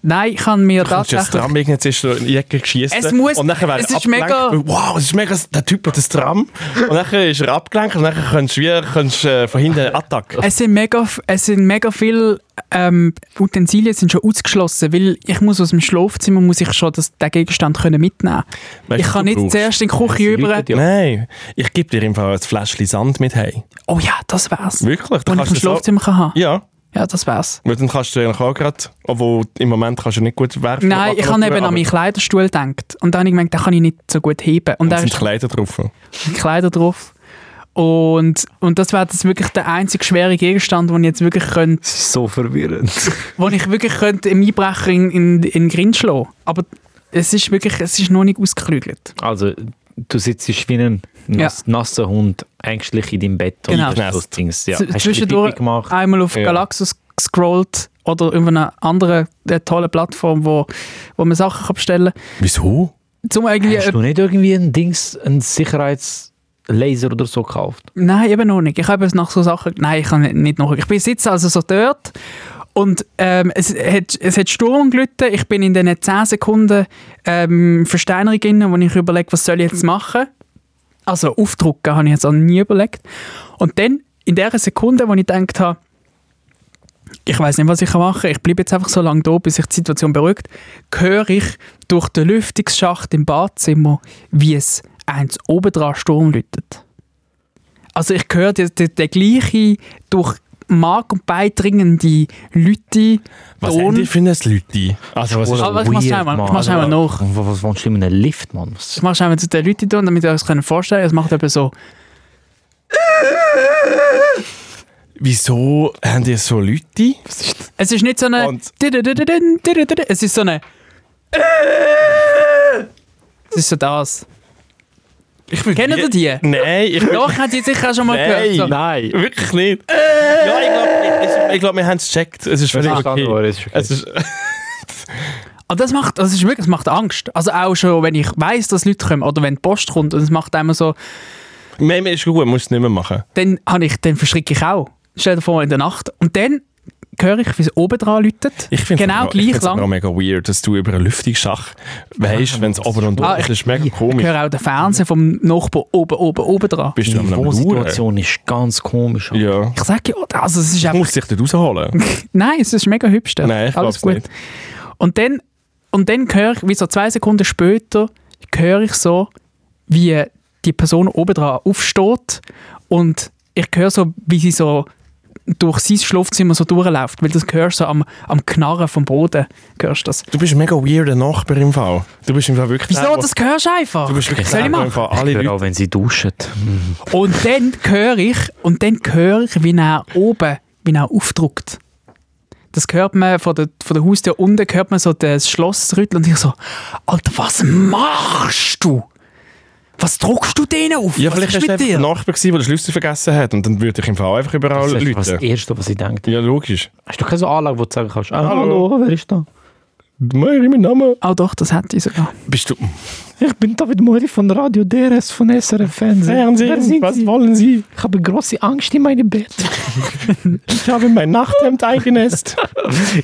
nein, ich kann mir kannst du das tatsächlich... Tram jetzt ist in die Ecke geschissen. Es muss- und nachher wäre es er ist mega- abgelenkt, weil, Wow, es ist mega der Typ hat das Tram. Und nachher ist er abgelenkt und nachher kannst du wie, kannst, äh, von hinten einen Attack. Es sind mega, f- es sind mega viele ähm, Utensilien sind schon ausgeschlossen, weil ich muss aus dem Schlafzimmer muss ich schon das, den Gegenstand können mitnehmen. Weißt ich du, kann du nicht brauchst- zuerst in die Küche rüber. Ja. Nein, ich gebe dir im Fall ein Fläschchen Sand mit hey. Oh ja, das wär's. Wirklich? Wo ich im du so- Schlafzimmer kann haben. Ja, Ja, das wär's. weil dann kannst du eigentlich auch gerade, obwohl im Moment kannst du nicht gut werfen. Nein, ich habe eben aber an meinen Kleiderstuhl gedacht. Und dann habe ich gemerkt, den kann ich nicht so gut heben. Und Da da sind ist Kleider drauf. Kleider drauf. Und, und das wäre das wirklich der einzige schwere Gegenstand, den ich jetzt wirklich könnte, so verwirrend. wo ich wirklich könnte im Einbrecher in, in, in den Grind schlagen. Aber es ist wirklich, es ist noch nicht ausgeklügelt. Also, du sitzt wie ein nass, nasser Hund ängstlich in deinem Bett. Genau. Und hast so Dings, ja. Z- Hast du die zwischendurch Pipi gemacht? einmal auf Ja. Galaxus gescrollt oder auf einer anderen äh, tollen Plattform, wo, wo man Sachen kann bestellen kann. Wieso? Zum irgendwie Hast du nicht irgendwie ein Dings, ein Sicherheits... Laser oder so gekauft? Nein, eben noch nicht. Ich habe eben nach so Sachen. Nein, ich habe nicht- nicht noch. Ich bin sitze also so dort und ähm, es, hat, es hat Sturm gelitten. Ich bin in diesen 10 Sekunden ähm, Versteinerung drin, wo ich überlege, was soll ich jetzt machen. Also aufdrucken habe ich jetzt auch nie überlegt. Und dann, in der Sekunde, wo ich gedacht habe, ich weiß nicht, was ich machen kann. Ich bleibe jetzt einfach so lange da, bis sich die Situation beruhigt. Höre ich durch den Lüftungsschacht im Badzimmer, wie es eins oben dran Sturm läutet. Also ich höre den, den, den gleichen durch Mark und Bein dringende Leute. Was Ton. haben die für ein Leute? Also was ist Aber ich mach's einmal- ich mach's einmal nach. Also, Was, was wohnst du in einem Lift, Mann? Was- Das machst du einfach zu den Leuten, tun, damit ihr euch das könnt vorstellen könnt. Es macht eben so. Wieso haben die so Leute? Es ist nicht so eine. Und- Dididididin, didididin. Es ist so eine. Es ist so das. Ich will Kennen ihr die? Nein, ich will- Doch, ich hätte die sicher auch schon mal Nein. gehört. So. Nein. wirklich nicht. Ja, ich glaube, ich, ich glaub, wir haben es gecheckt. Es ist völlig ist verstanden worden, okay. es ist okay. Es ist, *laughs* Aber das macht, das ist wirklich, das macht Angst. Also auch schon, wenn ich weiß, dass Leute kommen oder wenn die Post kommt und es macht einem so, Meme ist gut, musst du es nicht mehr machen. dann, habe ich, dann verschrecke ich auch. Stell dir vor, in der Nacht. Und dann höre ich, wie es oben dran läutet. Ich finde genau ich gleich find's aber auch lang. mega weird, dass du über einen Lüftungsschacht weißt, wenn es oben und unten Ah, ist. Das ist mega Ich komisch. höre auch den Fernseher vom Nachbarn oben, oben, oben dran. Bist Die du am Lauren? Wohnsituation ist ganz komisch. Alter. Ja. Ich sage ja, also es ist Du einfach... musst dich dort *laughs* rausholen. Nein, es ist mega hübsch. dort. Nein, ich Alles glaub's gut. Und dann, und dann höre ich, wie so zwei Sekunden später, höre ich so, wie die Person oben dran aufsteht und ich höre so, wie sie so durch sein Schlafzimmer so durchläuft, weil das hörst du so am, am Knarren vom Boden, hörst du das. Du bist ein mega weirder Nachbar im Fall. Du bist im Fall wirklich Wieso? der, Das hörst du einfach. Du bist wirklich Soll ich der, der im machen? Fall alle Ich höre Leute... auch, wenn sie duschen. Und dann höre ich, und dann höre ich, wie er oben, wie er aufdruckt. Das hört man von der, von der Haustür unten, hört man so das Schloss rütteln und ich so, Alter, was machst du? Was druckst du denen auf? Ja, was vielleicht ist ist mit einfach dir? ein Nachbar, gewesen, der den Schlüssel vergessen hat. Und dann würde ich im Fall auch einfach überall Das ist das Leute. Erste, was ich denke. Ja, logisch. Hast du keine so Anlage, wo du sagen kannst, ah, Hallo. hallo. wer ist da? Mary, mein Name. Ah doch, das hätte ich sogar. Bist du... Ich bin David Mori von Radio DRS von SRF Fernsehen. wollen Sie? Ich habe große Angst in meinem Bett. Ich habe mein Nachthemd *laughs* eingenässt.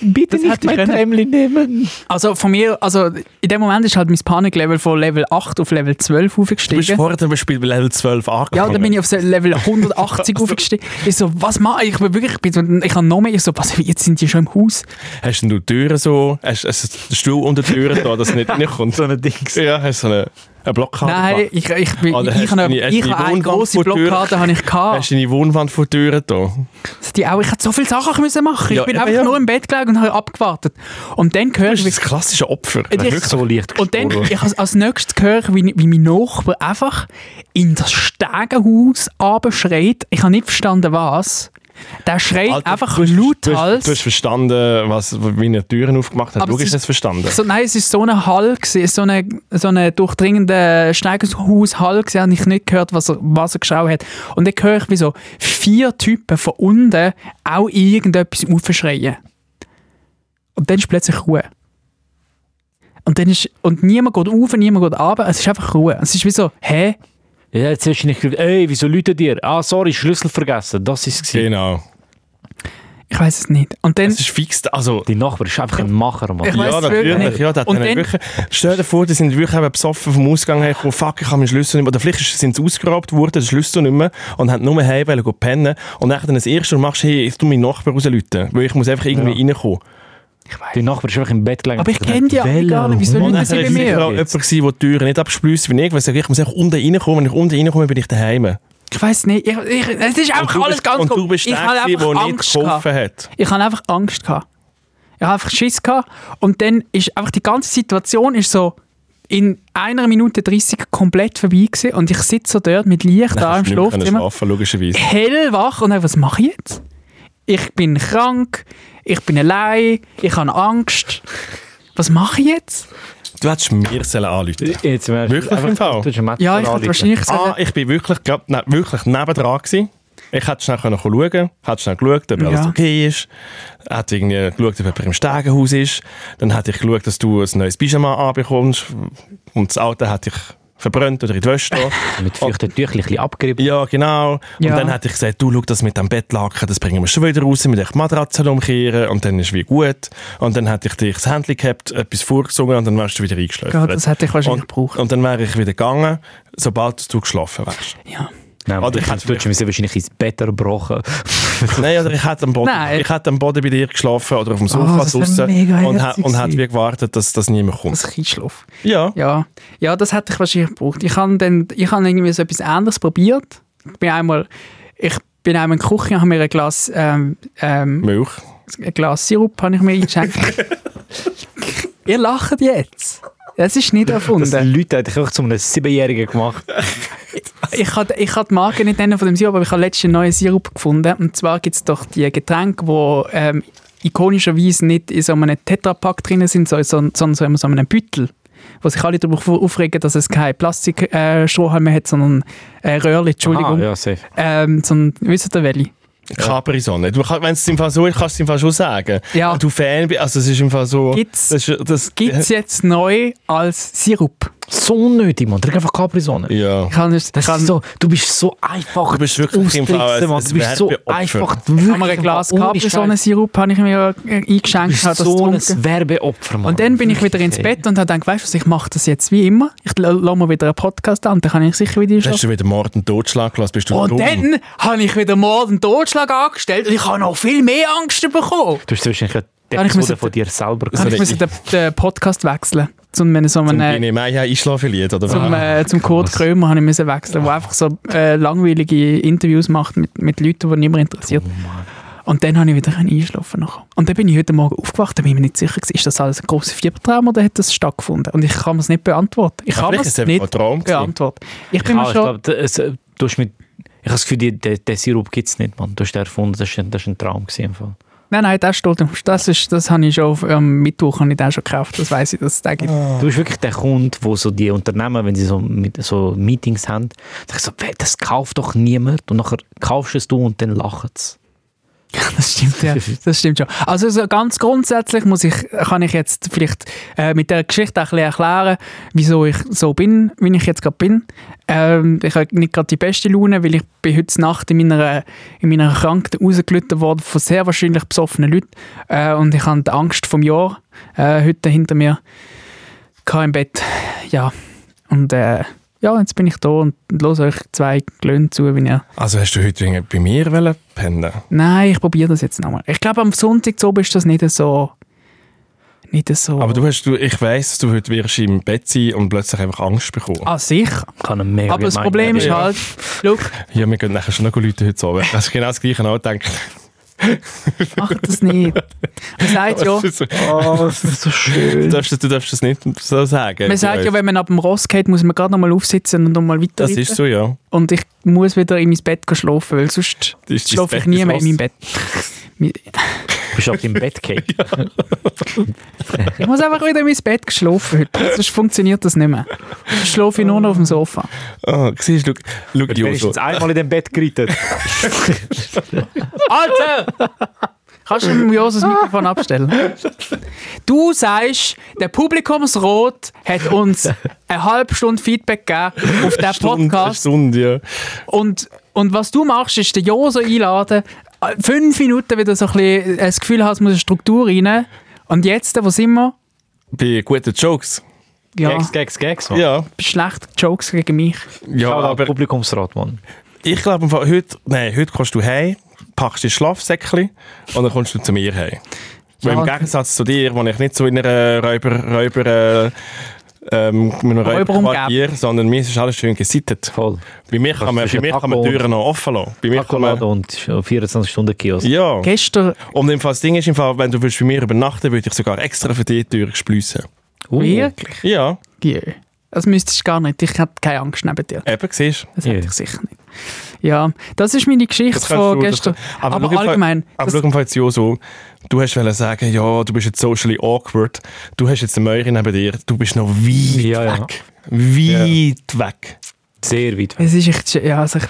Bitte nicht hätte ich mein können. Tremli nehmen. Also von mir, also in dem Moment ist halt mein Paniklevel von Level 8 auf Level 12 Du bist aufgestiegen. vorher zum Beispiel bei Level 12 angekommen. Ja, dann bin ich auf *laughs* Level 180 aufgestiegen. Ich so, was mache ich? Ich bin wirklich, ich, bin, so- ich habe noch mehr. Ich so, was, jetzt sind die schon im Haus. Hast denn du die Türen so... Hast, hast du den Stuhl unter die Türen da, dass es nicht *laughs* reinkommt? so ein Dings. Ja, hast du so eine, eine Blockade Nein, gemacht? ich, ich, bin, Oder ich, Ah, hast habe du eine, deine- hast ich du habe deine eine Wohnwand große vor der Tür- Blockade habe ich Hast gehabt. du deine Wohnwand vor die Türen da? Die auch, ich hätte so viele Sachen müssen machen. Ja, ich bin eben, einfach ja. nur im Bett gelegen und habe abgewartet. Und dann höre Das ich, ist das wie- klassische Opfer. Und ich- So leicht und dann gestohlen. ich habe als nächstes gehört, wie, wie mein Nachbar einfach in das Stegenhaus schreit. Ich habe nicht verstanden, was. Der schreit Alter, einfach du hast- du hast- lauthals. Du hast verstanden, was, wie er Türen aufgemacht hat. Aber Logisch es hast ist- du es verstanden. So, nein, es war so ein Hall, gewesen, so ein so eine durchdringender Steigerhaushall. Ich habe nicht gehört, was er, was er geschaut hat. Und dann höre ich, wie so vier Typen von unten auch irgendetwas aufschreien. Und dann ist plötzlich Ruhe. Und, dann ist, und niemand geht auf, niemand geht runter. Es ist einfach Ruhe. Es ist wie so, hä? Ja, jetzt hast du nicht gedacht, ey, wieso Leute dir? Ah, sorry, Schlüssel vergessen. Das ist es. gewesen. Genau. Ich weiß es nicht. Und dann, Es ist fix, also... Die Nachbar ist einfach ein Macher, Mann. Ich weiss Ja, es wirklich natürlich. nicht. Ja, das Und hat dann dann- wirklich, stell dir vor, die sind wirklich eben besoffen vom Ausgang hergekommen. Fuck, ich habe meinen Schlüssel nicht mehr. Oder vielleicht ist- sind sie ausgeraubt worden, den Schlüssel nicht mehr. Und haben nur heim wollen gehen pennen. Und dann das erste Mal machst du, hey, ich tu meinen Nachbarn rausläuten. Weil ich muss einfach irgendwie reinkommen. Die Nachbar ist einfach im Bett gelegen. aber ich kenne die alle gar nicht. Wieso Welle, Und dann Leute war sind bei sicher auch mir? jemand, gewesen, der die Türen nicht abgesplüsst wie ich. Weil ich sage, ich muss einfach unten reinkommen. Wenn ich unten reinkomme, bin ich daheim. Ich weiß nicht. Ich, ich, es ist Und einfach du alles bist, ganz und du komisch. bist Ich der, habe gewesen, einfach der nicht Angst gehabt. geholfen hat. Ich hatte einfach Angst. Gehabt. Ich hatte einfach Schiss. Gehabt. Und dann ist einfach die ganze Situation ist so in einer Minute 30 komplett vorbei gewesen. und ich sitze so dort *laughs* mit Licht da im Hast du nicht mehr können Schlafzimmer, schlafen, logischerweise. hellwach und dann, was mache ich jetzt? Ich bin krank, ich bin allein, ich habe Angst. Was mache ich jetzt? Du hättest mir sollen anrufen Jetzt merkst Wirklich im Fall? Ja, ich hätte wahrscheinlich Ah, ich bin wirklich, glaub, ne, wirklich nebendran gewesen. Ich hätte schnell können schauen, hätte schnell geschaut, ob alles Ja. okay ist. Hätte irgendwie geschaut, ob jemand im Stegenhaus ist. Dann hätte ich geschaut, dass du ein neues Pyjama anbekommst. Und das Auto hätte ich verbrannt oder in die Wäsche *laughs* da. Mit feuchten Tüchchen ein bisschen abgerieben. Ja, genau. Ja. Und dann hat ich gesagt, du, schau, das mit dem Bettlaken, das bringen wir schon wieder raus, mit echt Matratzen umkehren und dann ist wie gut. Und dann hätte ich dich das Händchen gehabt, etwas vorgesungen und dann wärst du wieder eingeschlafen. Gott, das hätte ich wahrscheinlich und, gebraucht. Und dann wäre ich wieder gegangen, sobald du geschlafen wärst. Ja. Nein, Oder Oder ich ich hätte hätte wahrscheinlich, wahrscheinlich ins Bett erbrochen. Nein, oder ich hätte am Boden, Nein. Ah, ich hätte am Boden bei dir geschlafen oder auf dem Sofa das wär draussen mega und, hä- herzig und hätte gewesen. wie gewartet, dass das niemand kommt. Das Kieschlauf. Ja. Ja. ja, das hätte ich wahrscheinlich gebraucht. Ich habe dann ich habe irgendwie so etwas anderes probiert. Ich bin einmal, ich bin einmal in die Küche und habe mir ein Glas, ähm, ähm, Milch. ein Glas Sirup habe ich mir eingeschenkt. Ihr lacht jetzt. Das ist nicht Das erfunden. Leute hätte ich einfach zu einem Siebenjährigen gemacht. Ich habe ich habe die Marke nicht nennen von dem Sirup, aber ich habe letztens einen neuen Sirup gefunden. Und zwar gibt es doch die Getränke, die ähm, ikonischerweise nicht in so einem Tetrapack drin sind, so- so- sondern so in so einem Büttel. Wo sich alle darüber aufregen, dass es keine Plastikstrohhalme mehr hat, sondern äh, Röhrli, Entschuldigung. Ah, ja, safe. ähm, so ein, wisst ihr welche? Capri-Sonne. Du kannst, wenn es im Fall so ist, kannst du es im Fall schon sagen. Ja. Du Fan bist, also es ist im Fall so... Gibt's- Das, ist- das, Gibt es jetzt neu als Sirup? So unnötig, Mann. Trink einfach Capri-Sonne. Ja. Ich kann, es- Das ich kann, ist so, du bist so einfach. Du bist wirklich im Fall ein- austricksen, Mann. ein Du bist so Werbeopfer. einfach. ich Wirklich, habe mir ein Glas Mann, ohne Scheiß. Capri-Sonnen-Sirup habe ich mir äh, Du eingeschenkt. bist habe das so getrunken. ein Werbeopfer, Mann. Und dann bin ich wieder ins Wirklich. Bett und habe gedacht, weißt du was, ich mache das jetzt wie immer. Ich lasse mir wieder einen Podcast an, dann kann ich sicher wieder Hast schlafen. du wieder Mord und Totschlag gelassen? Bist du Und dumm? Oh, dann habe ich wieder Mord und Totschlag angestellt und ich habe noch viel mehr Angst bekommen. Du hast wahrscheinlich Dann eine ich Episode müssen- von dir selber Dann habe ich richtig. musste den, den Podcast wechseln. Zu einem, äh, so Zum einem, Bini Meier Einschlafenlied, oder zum, was? äh, zum Kurt Krömer habe ich müssen wechseln, der einfach so äh, langweilige Interviews macht mit, mit Leuten, die niemand interessiert. Oh Und dann habe ich wieder können einschlafen nachher. Und dann bin ich heute Morgen aufgewacht, da bin ich mir nicht sicher, gewesen, ist das alles ein grosser Fiebertraum oder hat das stattgefunden? Und ich kann es nicht beantworten. Ich kann vielleicht es ist es einfach nicht ein Traum gewesen. beantworten. Ich bin Ah, mir ich schon... glaube, das, äh, du hast mit... Ich habe das Gefühl, die- der, der Sirup gibt es nicht, Mann. Du hast den erfunden, das war das ist ein Traum. Gewesen, im Fall. nein, nein, das steht im- das ist, das habe ich schon auf- am Mittwoch habe ich den schon gekauft, das weiß ich, dass es Ah. den gibt. Du bist wirklich der Kunde, wo so die Unternehmen, wenn sie so, mit, so Meetings haben, sagen so, «Wer, das kauft doch niemand. Und nachher kaufst es du und dann lachen sie. *laughs* Das stimmt, ja. Das stimmt schon. Also so ganz grundsätzlich muss ich, kann ich jetzt vielleicht äh, mit der Geschichte auch ein bisschen erklären, wieso ich so bin, wie ich jetzt gerade bin. Ähm, ich habe nicht gerade die beste Laune, weil ich bin heute Nacht in meiner, in meiner Krankheit rausgelitten worden von sehr wahrscheinlich besoffenen Leuten. Äh, und ich habe die Angst vom Jahr äh, heute hinter mir gehabt im Bett. Ja, und äh, ja, jetzt bin ich da und los euch zwei Glöhne zu, wenn ihr Also hast du heute wegen- bei mir wollen pennen Nein, ich probiere das jetzt nochmal. Ich glaube, am Sonntag so ist das nicht so. Nicht so. Oh. Aber du hast, du, ich weiss, dass du heute wirst im Bett sein und plötzlich einfach Angst bekommen. Ah, sicher. Kann ein mega Aber das gemein Problem werden. ist halt, schau, Ja, wir gehen nachher schon noch Leute heute *laughs* so. Das ist genau das Gleiche nachdenken. mach das nicht. *laughs* Man sagt ja, Du Oh, das ist so schön. darfst, das- du darfst das nicht so sagen. man sagt ja wenn man ab dem Ross geht, muss man gerade nochmal aufsitzen und nochmal weiter. Das ist so, ja. Und ich muss wieder in mein Bett gehen schlafen, weil sonst Das ist dein schlafe ich Bett, nie das mehr in meinem Ross. Bett. Du bist auf deinem Bett gefallen. Ich muss einfach wieder in mein Bett gehen schlafen heute, sonst funktioniert das nicht mehr. Sonst Schlafe ich nur noch auf dem Sofa. Ah, siehst du, schau, schau Du dir bist so. jetzt einmal in dem Bett *laughs* geritten. Alter! Kannst du dem Jos das Mikrofon abstellen? Du sagst, der Publikumsrat hat uns eine halbe Stunde Feedback gegeben auf den Stunde, eine Podcast. Stunde, ja. Und, und was du machst, ist den Joso einladen, äh, fünf Minuten wieder so ein bisschen äh, das Gefühl hast, es muss eine Struktur rein. Und jetzt, wo sind wir? Bei guten Jokes. Ja, Gags, Gags, Gags, Mann. Ja, schlechte Jokes gegen mich. ja Schau, aber Publikumsrat, Mann. ich glaube, im Fall heute, nein, heute kommst du heim, packst dein Schlafsäckchen und dann kommst du zu mir heim. Weil Ja. Im Gegensatz zu dir, wo ich nicht so in einer Räuber, Räuber, äh, ähm, mit einem Räuberquartier, sondern mir ist alles schön gesittet. Voll. Bei mir kann man, Kannst bei du mir kann man die Taco- Türen noch offen lassen. Bei mir kann Schokolade man, und 24-Stunden-Kiosk. ja. Gestern, Und im Fall, das Ding ist, im Fall, wenn du willst bei mir übernachten würde ich sogar extra für dich die Tür splüssen. Uh, wirklich? Ja, Ja. Das müsstest du gar nicht. Ich habe keine Angst neben dir. eben, siehst du. Das hätte Ja. ich sicher nicht. Ja, das ist meine Geschichte kannst von du- das gestern. kann- aber schau im Fall- allgemein, Aber das- schau im Fall jetzt auch so, du hast wollen sagen, ja, du bist jetzt socially awkward, du hast jetzt eine Mäuerin neben dir, du bist noch weit Ja, ja. weg. Weit weg. Sehr weit weg. es ist echt, sch- ja, also ich,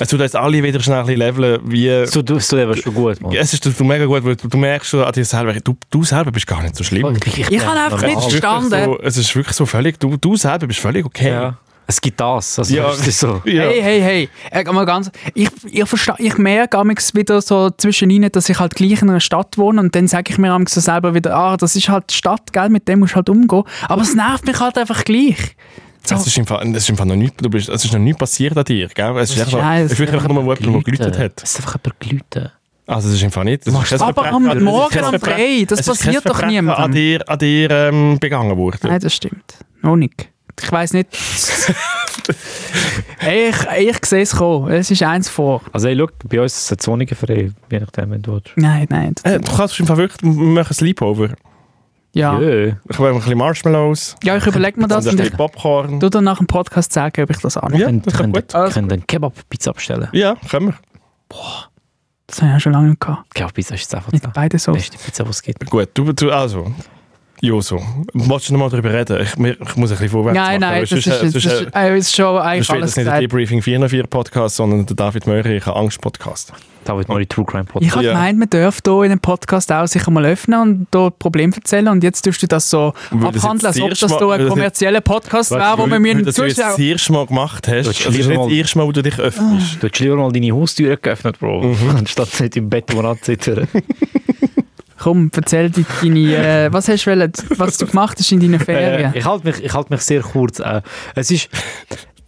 Es tut jetzt alle wieder schnell ein bisschen leveln, wie... So, du, so der war schon gut, Mann. es ist du- du mega gut, weil du, du merkst schon an dir selber, du, du selber bist gar nicht so schlimm. Ich, ich habe einfach nicht Es ist wirklich verstanden. So, es ist wirklich so völlig, du, du selber bist völlig okay. Ja. Es gibt das. Also, Ja. ja. ist so. Ja. Hey, hey, hey. Äh, mal ganz, ich, ich, versta- ich merke amigs wieder so zwischendrin, dass ich halt gleich in einer Stadt wohne und dann sage ich mir amigs so selber wieder, ah, das ist halt die Stadt, gell, mit dem musst du halt umgehen. Aber es nervt mich halt einfach gleich. Das ist im Fall, das ist im Fall noch nichts, du bist, es ist noch nichts passiert an dir, gell? Es ist Das einfach, ist heiss. es ist wirklich einfach nur jemand, der geläutet hat. Es ist einfach jemand geläutet. Also es ist im Fall nicht. Das Machst ist kein aber am Verbrechen. Morgen Es ist kein um drei, Verbrechen. das Es ist kein passiert doch Verbrechen niemandem. An dir, an dir ähm, begangen worden. Nein, das stimmt. Noch nicht. Ich weiß *laughs* nicht. Hey, ich ich sehe es kommen. Es ist eins vor. Also, hey, schau, bei uns ist es eine frei, je nachdem, wenn du willst. Nein, nein. Äh, du kannst im Fall wirklich, wir machen ein Sleepover. Ja, Jö. Ich will ein bisschen Marshmallows, ja ich überlege mir das und ein und ich bisschen Popcorn. tu dann nach dem Podcast sagen, ob ich das annehme. Ja, Könnt- das ist könnt- gut. Alles könnt eine Kebab-Pizza bestellen. Ja, können wir. Das habe ich auch schon lange nicht gehabt. Kebab-Pizza ist jetzt einfach Mit die beiden so. beste Pizza, die es gibt. Gut, du, du also. Joso, willst du noch mal darüber reden? Ich, mir- ich muss ein bisschen vorwärts Nein, machen. nein, weil das sonst, ist, äh, das sonst, ist, äh, äh, ist schon eigentlich sonst wird alles das nicht der gesagt. Debriefing 404 Podcast, sondern der David Möhrer, ich habe Angst-Podcast. Da wird mal die True Crime Podcast. Ich habe Ja. gemeint, man dürfte hier in einem Podcast auch sich einmal öffnen und hier Probleme erzählen. Und jetzt tust du das so Weil das abhandeln, jetzt als ob das das erste hier Mal- weil ein das kommerzieller Podcast Weil- wäre, wo wir Weil mir das du jetzt das zuschauen. erste Mal gemacht hast, Du also hast das ist nicht lieber das mal- erste Mal, wo du dich öffnest. Du hast lieber mal deine Haustür geöffnet, Bro, Mhm. *laughs* anstatt nicht im Bett wo anzittern. Komm, erzähl dir deine, äh, was hast du wollen, was du gemacht hast *laughs* in deinen Ferien. Äh, ich halte mich, ich halt mich sehr kurz. Äh, es ist,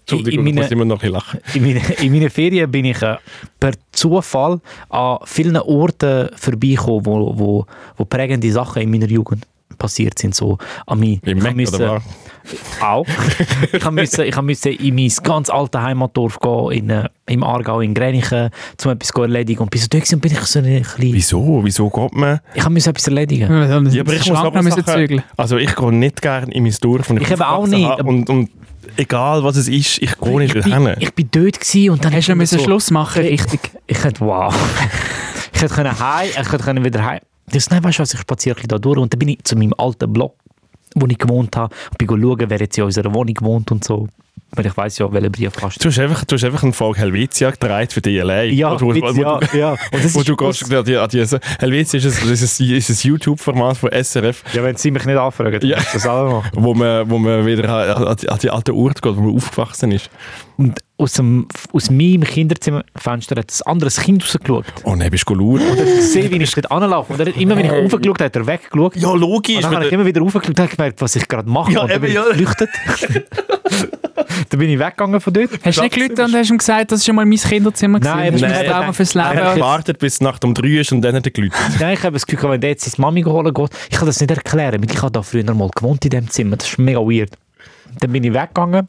in, in, Entschuldigung, ich muss meine, immer noch ein bisschen lachen. in, meine, in meinen Ferien bin ich äh, per Zufall an vielen Orten vorbeigekommen, wo, wo, wo prägende Sachen in meiner Jugend passiert sind. So an mich. Im ich Mac musste- oder was? *laughs* Auch. ich musste ich musste in mein ganz altes Heimatdorf gehen, in, äh, im Aargau, in Grenichen, um etwas zu erledigen. Und bis dort war, bin ich so ein bisschen... Wieso? Wieso geht man? Ich musste etwas erledigen. Ja, aber ich muss aber müssen Sachen- zügeln. Also ich gehe nicht gerne in mein Dorf. wenn Ich eben auch aufgewachsen nicht. habe. Und, und egal was es ist, ich gehe nicht ich, bin, dahin. ich bin dort gewesen und dann Hast du mir müssen Schluss machen, richtig? Ich hätte, wow. *laughs* ich hätte können heim, ich hätte können wieder heim. Das, nein, weißt du was, ich spaziere ein bisschen da durch und dann bin ich zu meinem alten Block, wo ich gewohnt habe, und bin schauen, wer jetzt in unserer Wohnung wohnt und so. Weil ich weiss ja, welchen Briefkasten. Du hast einfach, du hast einfach einen Folge Helvetia gedreht für dich allein. Ja, wo du, mit- wo, wo, ja, du- *laughs* ja. Und das wo ist du aus- gehst an die, an diese, Helvetia ist ein, ist ein, ist ein YouTube-Format von SRF, Ja, wenn sie mich nicht anfragen, Ja. das alle machen. wo man, wo man wieder an, an, die- an die alten Orte geht, wo man aufgewachsen ist. Und aus, dem, aus meinem Kinderzimmerfenster hat ein anderes Kind rausgeschaut. *laughs* Oh nein, bist du schauen? Und ich sehe, wie ich dort anlaufe. Und er hat immer, wenn ich raufgeschaut habe, hat er weggeschaut. Ja, logisch. Und dann wenn habe Ah, ich du- immer wieder raufgeschaut und habe gemerkt, was ich gerade mache. Ja, und dann bin ich eben, ja. geflüchtet. *laughs* dann bin ich weggegangen von dort. Hast du nicht gelitten und hast ihm gesagt, das ist schon mal mein Kinderzimmer Nein, gewesen, das ist nein, mein nein, Trauma nein. fürs Ich habe Leben. gewartet, bis es Nacht um drei ist und dann hat er geläutet. Nein, ich habe das Gefühl, gehabt, wenn der jetzt seine Mami holen geht, ich kann das nicht erklären, weil ich habe da früher mal gewohnt in diesem Zimmer. Das ist mega weird. Dann bin ich weggegangen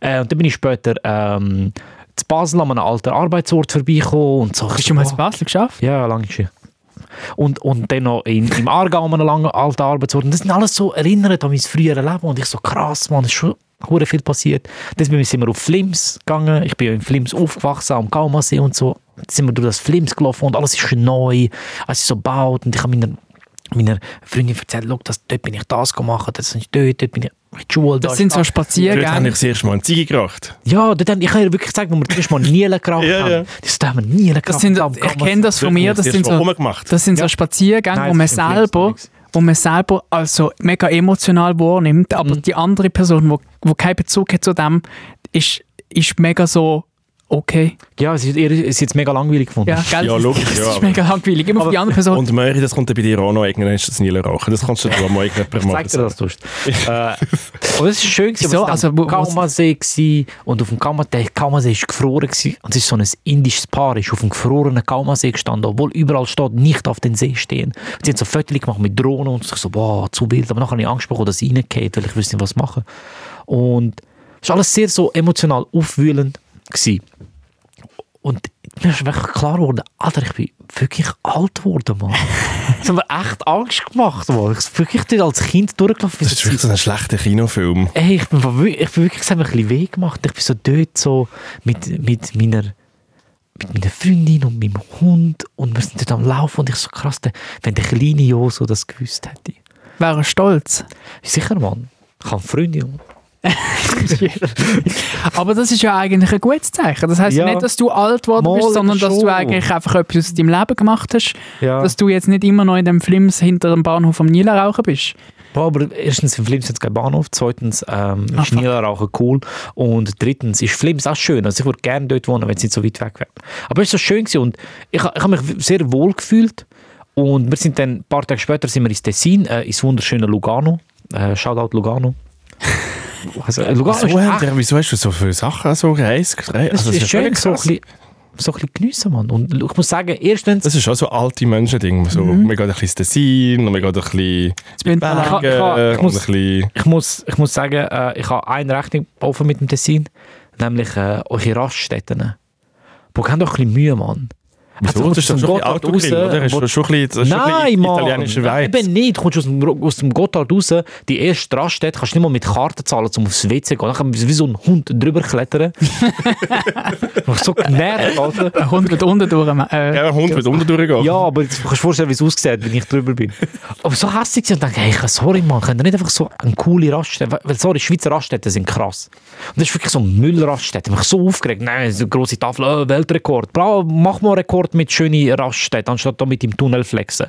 äh, und dann bin ich später ähm, zu Basel an einem alten Arbeitsort vorbeigekommen und so. Hast du mal in Basel geschafft? Das sind ist so Dort habe ich Spaziergänge. das erste Mal eine Ziege geraucht. Ja, dort, haben- ich habe ihr wirklich gezeigt, wo wir zuerst mal Nielen *laughs* geraucht Ja, ja. haben. Das da haben wir Nielen geraucht. Das sind, am ich Kaumasee. kenne das Dort von mir, habe ich das das sind erste Mal so, rumgemacht. das sind so Ja. Spaziergänge, Nein, wo man das ist im Film, selber, das ist wo man selber also mega emotional wahrnimmt, aber Mhm. die andere Person, wo, wo keinen Bezug hat zu dem, ist, ist mega so okay. Ja, es ist, ihr ist jetzt mega langweilig gefunden. Ja, gell? Ja, logisch, Das ja, ist aber- mega langweilig. Immer auf die andere Person. Und Möri, das kommt dann bei dir auch noch irgendwann ist das Nilo rauchen. Das kannst du dir auch mal irgendwann per Mal Zeig dir das sonst. äh, und es ist schön, gewesen, Wieso? wir Also, waren wo- am wo- Kaumasee gewesen, und auf dem Kaumasee, der Kaumasee ist gefroren gewesen, und es ist so ein indisches Paar, ist auf dem gefrorenen Kaumasee gestanden, obwohl überall steht, nicht auf den See stehen. Und sie haben so Fotos gemacht mit Drohnen und ich so, boah, zu wild, aber nachher habe ich Angst bekommen, dass es reingeht, weil ich wüsste nicht, was machen. Und es war alles sehr so emotional aufwühlend gewesen. Und mir ist wirklich klar geworden, Alter, ich bin wirklich alt geworden, Mann. Das hat mir echt Angst gemacht, Mann. Ich bin wirklich dort als Kind durchgelaufen. bin. Das ist wirklich so ein schlechter Kinofilm. Ey, ich bin, von wir- ich bin wirklich es hat mir ein bisschen weh gemacht. Ich bin so dort so mit, mit, meiner, mit meiner Freundin und meinem Hund und wir sind dort am Laufen und ich so krass, der- wenn der kleine Joso das gewusst hätte. Wäre stolz. Sicher, Mann. Ich habe eine Freundin. Aber das ist ja eigentlich ein gutes Zeichen. Das heisst Ja. nicht, dass du alt geworden Mal bist, sondern dass schon. du eigentlich einfach etwas aus deinem Leben gemacht hast. Ja. Dass du jetzt nicht immer noch in dem Flims hinter dem Bahnhof am Nil rauchen bist. Boah, aber erstens, in Flims hat es keinen Bahnhof. Zweitens, ähm, Ah, ist Niederrauchen cool. Und drittens, ist Flims auch schön. Also ich würde gerne dort wohnen, wenn es nicht so weit weg wäre. Aber es war so schön gewesen und ich, ha- ich habe mich sehr wohl gefühlt. Und wir sind dann, ein paar Tage später, sind wir ins Tessin, äh, ins wunderschöne Lugano. Äh, Shoutout Lugano. Also, äh, Lugano Wieso, ist habt ihr- wieso hast du so viele Sachen, so Reis? Reis- Es Also, ist, ja schön, völlig so ein krass. bisschen, so ein bisschen geniessen, Mann. Und ich muss sagen, erstens, Das ist auch so alte Menschen-Ding. So, Man geht ein bisschen ins Tessin und man geht ein bisschen Das bin Berge. ich. *laughs* kann- Mhm. Ah, ich Bergen und ein muss- bisschen... ich muss, ich muss sagen, äh, ich habe eine Rechnung offen mit dem Tessin, nämlich äh, eure Raststätten. Boah, ich habe doch ein bisschen Mühe, Mann. Wieso? Also, Das ist doch zum schon ein Gotthard Autogrill, raus, oder? Das ist wo- doch schon ein bisschen, das ist schon ein Nein, bisschen Mann! italienischer Vibe. Eben nicht. Du kommst aus dem, aus dem Gotthard raus, die erste Raststätte, kannst nicht mal mit Karte zahlen, um aufs WC zu gehen. Dann kann man wie so ein Hund *laughs* drüber klettern. Ich war so genervt, Alter. 100 unten durch. Äh, Ja, ein Hund wird unten durchgehen. Ja, aber jetzt kannst du dir vorstellen, wie es aussieht, wenn ich drüber bin. Aber so hässlich und denke, hey, sorry Mann, könnt ihr nicht einfach so eine coole Raststätte, weil sorry, Schweizer Raststätten sind krass. Und das ist wirklich so eine Müllraststätte, ich bin so aufgeregt, nein, so eine grosse Tafel, äh, Weltrekord, Bra, mach mal einen Rekord mit schönen Raststätten, anstatt da mit dem Tunnel flexen.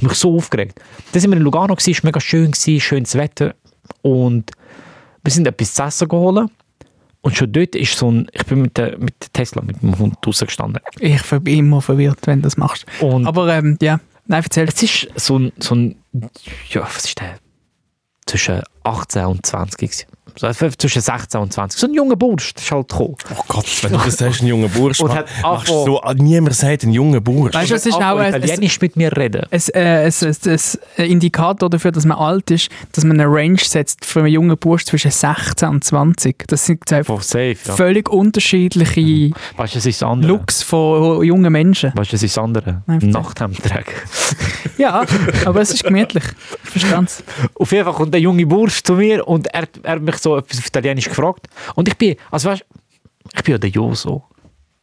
Ich bin so aufgeregt. Dann sind wir in Lugano, es war mega schön, gewesen, schönes Wetter und wir sind etwas zu essen geholt. Und schon dort ist so ein, ich bin mit der, mit der Tesla, mit dem Hund draussen gestanden. ich bin immer verwirrt, wenn du das machst. Und Aber ähm, ja, nein, erzähl. Es ist so ein, so ein ja, was ist der? Zwischen 18 und 20 gewesen. so, f- Zwischen 16 und 20. So ein junger Bursch, das ist halt gekommen. Oh Gott, wenn du das sagst, ein junger Bursch, Und Mann, hat machst du so, ah, Afro- niemand sagt ein junger Bursch. Weißt du, es ist auch ein, ein, Italienisch mit mir reden. ein, äh, ein, ein, ein Indikator dafür, dass man alt ist, dass man eine Range setzt für einen jungen Bursch zwischen 16 und 20. Das sind zwei Voll safe, ja. Mhm. völlig unterschiedliche Weißt du, das ist das andere. Looks von jungen Menschen. Weißt du, das ist das andere. Nein, bitte. Nachthemd tragen. Ja, aber es ist gemütlich. Ich verstehe es. Auf jeden Fall kommt der junge Bursch zu mir und er, er hat mich so etwas auf Italienisch gefragt. Und ich bin, also weißt du, ich bin ja der Joso.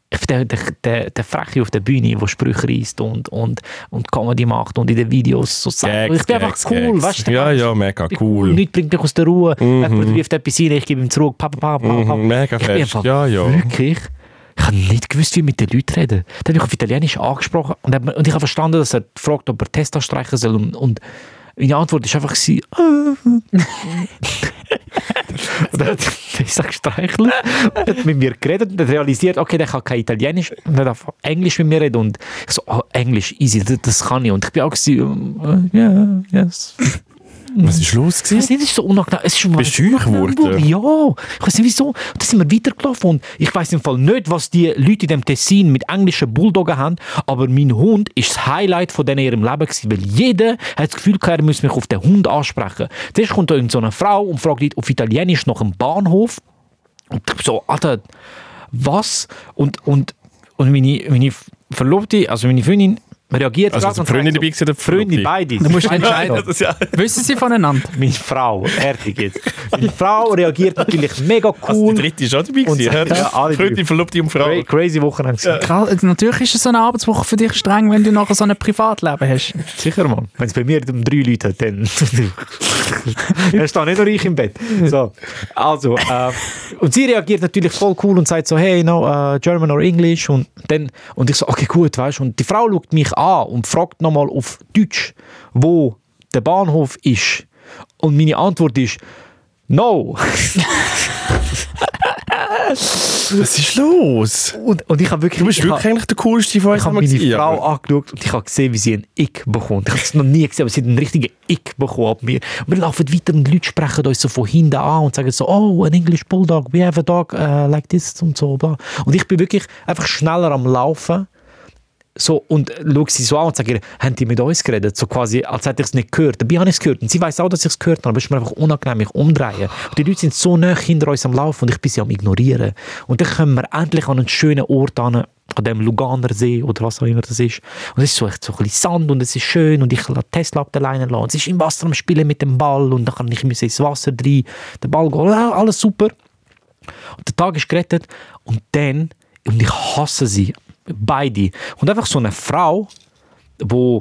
Ich bin der, der, der, der Freche auf der Bühne, der Sprüche reißt und, und, und Comedy macht und in den Videos so Sachen. Und ich bin einfach cool, Gags. weißt du? Ja, ja, mega Ich bin cool. Nichts bringt mich aus der Ruhe. Jemand wirft etwas rein, ich gebe ihm zurück. Pa, pa, pa, pa, pa. Mhm, mega ich bin fest. einfach Ja, ja. Wirklich? Ich habe nicht gewusst, wie mit den Leuten reden. Dann habe ich auf Italienisch angesprochen und, hat mir- und ich habe verstanden, dass er fragt, ob er Testa streichen soll. Und, und meine Antwort war einfach, gewesen, *laughs* und dann hat er Testa gestreichelt und hat mit mir geredet und hat realisiert, okay, der kann kein Italienisch. Und er darf Englisch mit mir reden. Und ich so, oh, Englisch, easy, das, das kann ich. Und ich bin auch so, ja, yes. Was ist los Ich gewesen? weiß nicht, es ist so unangenehm. Es ist Bist du scheu geworden? Ja, ich weiß nicht wieso. Und Dann sind wir weitergelaufen und ich weiß im Fall nicht, was die Leute in dem Tessin mit englischen Bulldoggen haben, aber mein Hund ist das Highlight von denen in ihrem Leben gewesen, weil jeder hat das Gefühl gehabt, er müsse mich auf den Hund ansprechen. Zuerst kommt da irgend so eine Frau und fragt ihn auf Italienisch nach einem Bahnhof und ich bin so, Alter, was? Und, und, und meine, meine Verlobte, also meine Freundin, reagiert Also, gerade also und die Freundin sagt dabei gewesen oder die so, Freundin, Verlobte? beide. Du musst entscheiden. Ja, das- ja. Wissen Sie voneinander? meine Frau, fertig jetzt. Meine Frau reagiert natürlich mega Also, cool. die dritte ist auch dabei Und- gewesen. Ja, Ja, alle drei. Freundin, Verlobte und Frau. Cra- Crazy Wochenende. Ja. Krass, natürlich ist so eine Arbeitswoche für dich streng, wenn du nachher so ein Privatleben hast. Sicher, Mann. Wenn es bei mir um drei Leute hat, dann. *laughs* dann stehe nicht nur ich im Bett. So. Also, äh, und sie reagiert natürlich voll cool und sagt so, hey, no, äh, German or English. Und, dann, und ich so, okay, gut, weißt du. Und die Frau schaut mich an und fragt nochmal auf Deutsch, wo der Bahnhof ist. Und meine Antwort ist, no. *laughs* Was ist los? Und, und ich habe wirklich. Du bist ich habe- wirklich eigentlich der coolste von uns. Ich habe meine Frau angeschaut und ich habe gesehen, wie sie ein Ich bekommt. Ich habe es noch nie gesehen, aber sie hat einen richtigen Ich bekommen ab mir. Wir laufen weiter und die Leute sprechen uns so von hinten an und sagen so, oh, ein English Bulldog, we have a dog äh, like this und so. Bla. Und ich bin wirklich einfach schneller am Laufen so, und schaue sie so an und sage ihr, haben die mit uns geredet? So quasi, als hätte ich es nicht gehört. Dabei habe ich es gehört. Und sie weiß auch, dass ich es gehört habe, aber es ist mir einfach unangenehm, mich umdrehen. Und die Leute sind so nah hinter uns am Laufen und ich bin sie am ignorieren. Und dann kommen wir endlich an einen schönen Ort an, an dem Luganer See oder was auch immer das ist. Und es ist so echt so ein bisschen Sand und es ist schön und ich lasse Tesla ab der Leine lassen. Und sie ist im Wasser am Spielen mit dem Ball und dann kann ich ins Wasser rein, den Ball gehen, Ah, alles super. Und der Tag ist gerettet. Und dann, und ich hasse sie, beide. Und einfach so eine Frau, die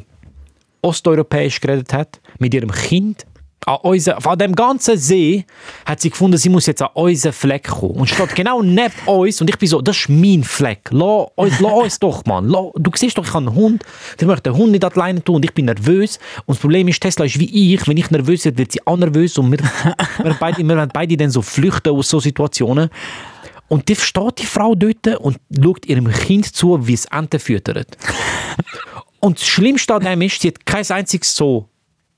osteuropäisch geredet hat, mit ihrem Kind an unseren, an dem ganzen See hat sie gefunden, sie muss jetzt an unseren Fleck kommen. Und steht genau neben uns und ich bin so, das ist mein Fleck. Lass uns, lass uns doch, Mann. Lass, du siehst doch, ich habe einen Hund. Der möchte den Hund nicht an die Leine tun und ich bin nervös. Und das Problem ist, Tesla ist wie ich. Wenn ich nervös werde, wird sie auch nervös und wir, wir, beide, wir werden beide dann so flüchten aus so Situationen. Und dann steht die Frau dort und schaut ihrem Kind zu, wie es Enten füttert. Und das Schlimmste an dem ist, sie hat kein einziges so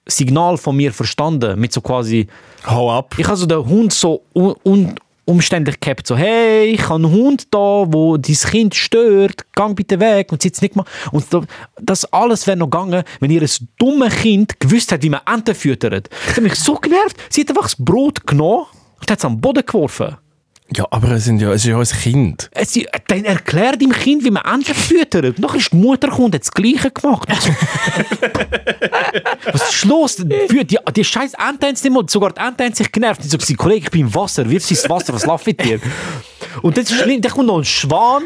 Signal von mir verstanden, mit so quasi... Hau ab. Ich habe so den Hund so un un umständlich gehabt, so «Hey, ich habe einen Hund da, wo dein Kind stört, gang bitte weg» und sitz nicht mal... Und da- das alles wäre noch gegangen, wenn ihr ein dummes Kind gewusst hätte, wie man Enten füttert. Das hat mich so genervt. Sie hat einfach das Brot genommen und hat es am Boden geworfen. Ja, aber es, sind ja, es ist ja auch ein Kind. Äh, Sie, äh, dann erklär deinem Kind, wie man Enten füttert. Nachher ist die Mutter gekommen und hat das Gleiche gemacht. Also, was ist los? Für die, die scheiß Ente haben es nicht mal, sogar die Ente haben sich genervt. Ich so, gesagt, Kollege, ich bin im Wasser, wirf sie ins Wasser, was läuft mit dir? Und dann, ist schlimm, dann kommt noch ein Schwan.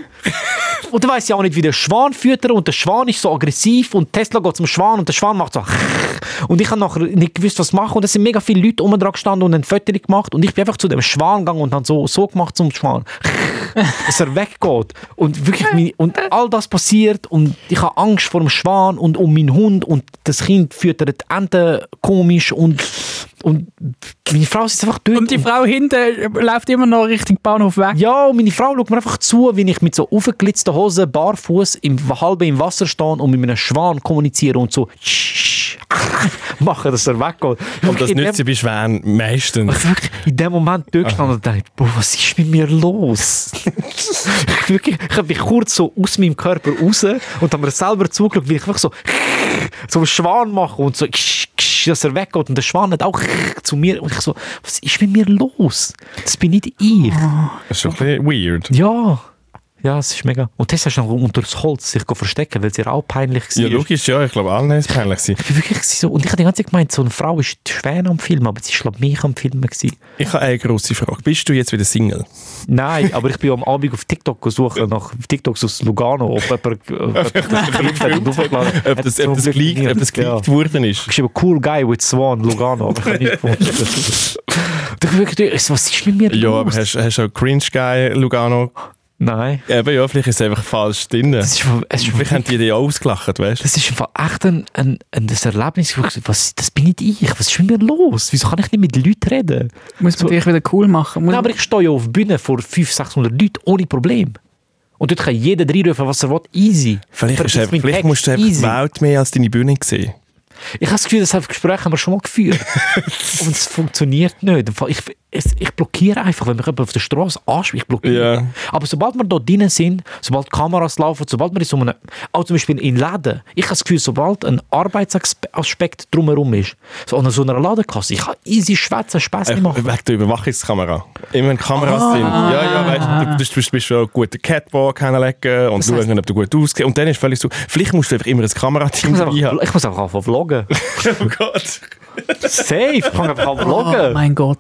Und dann weiss ich auch nicht, wie der Schwan füttert. Und der Schwan ist so aggressiv. Und Tesla geht zum Schwan und der Schwan macht so. *laughs* Und ich habe nachher nicht gewusst, was machen. Und es sind mega viele Leute um dran gestanden und haben Fotos gemacht. Und ich bin einfach zu dem Schwan gegangen und habe so, so gemacht zum Schwan. *laughs* dass er weggeht. Und wirklich, meine, und all das passiert. Und ich habe Angst vor dem Schwan und um meinen Hund. Und das Kind füttert Enten komisch. Und, und meine Frau sitzt einfach dort. Und die Frau hinten äh, läuft immer noch Richtung Bahnhof weg. Ja, und meine Frau schaut mir einfach zu, wie ich mit so aufgeglitzten Hosen barfuß im halben im Wasser stehe und mit einem Schwan kommuniziere und so *laughs* machen, dass er weggeht. Und das in, nützt Ah. sie dem, bei Schwänen meistens. also wirklich, in dem Moment durchgestanden und dachte, boah, was ist mit *laughs* mir los? ich, wirklich, ich habe mich kurz so aus meinem Körper raus und habe mir selber zugeschaut, wie ich wirklich so *laughs* so einen Schwan mache und so *laughs* dass er weggeht und der Schwan hat auch *laughs* zu mir und ich so, was ist mit mir los? Das bin nicht ich. Das ist schon ein bisschen weird. Ja. Ja, es ist mega. Und das hast du noch unter das Holz sich verstecken, weil es ihr auch peinlich war. Ja, logisch, ja. Ich glaube, allen ist es peinlich gewesen. Ich bin wirklich so, und ich habe die ganze Zeit gemeint, so eine Frau ist die Schwäne am Filmen, aber sie war, glaube ich, mich am Filmen. Gewesen. Ich habe eine grosse Frage. Bist du jetzt wieder Single? Nein, aber ich bin am Abend auf TikTok gesucht, nach TikToks aus Lugano, ob *laughs* jemand äh, ob jemand das gefilmt hat und hochgeladen hat. *laughs* Ob das, Hat so ob das funktioniert. geleakt, ob das Ja. geleakt worden ist? geschrieben, cool guy with Swan, Lugano, aber ich habe nicht gefunden. *laughs* Und ich wirklich, ich so, was ist mit mir Ja, aber los? hast hast du auch Cringe Guy Lugano? Nein. Eben, ja, vielleicht ist es einfach falsch drin. Das ist, es ist Vielleicht haben die dich auch ausgelacht, weißt du? Das ist im Fall echt ein, ein, ein das Erlebnis, wo ich so, was, das bin nicht ich, was ist mit mir los? Wieso kann ich nicht mit Leuten reden? Muss man dich wieder cool machen. Muss Nein, aber ich stehe ja auf der Bühne vor 500, 600 Leuten ohne Problem. Und dort kann jeder reinrufen, was er will, easy. Vielleicht, ist Vergiss einfach, meinen vielleicht Text, musst du einfach die easy. Welt mehr als deine Bühne sehen. Ich habe das Gefühl, das haben Gespräch haben wir schon mal *laughs* geführt. Und es funktioniert nicht. Im Fall, Ich, es- ich blockiere einfach, wenn mich jemand auf der Straße anspricht, ich blockiere. Ja. Aber sobald wir da drinnen sind, sobald die Kameras laufen, sobald wir in so einem, auch zum Beispiel in Läden, ich habe das Gefühl, sobald ein Arbeitsaspekt drumherum ist, so an so einer Ladenkasse, ich kann easy schwätzen, Spaß Äh, nicht machen. Wegen der Überwachungskamera. Immer eine Kameras Ah. sind. Ja, ja, weißt du, du bist, bist, bist auch gut den Catwalk hinlegen und schauen, ob du gut aussiehst. Und dann ist völlig so, vielleicht musst du einfach immer ein Ich Kamerateam muss, dabei einfach, haben. ich muss einfach anfangen vloggen. *laughs* Oh Gott. Safe, ich kann einfach anfangen oh vloggen. mein Gott.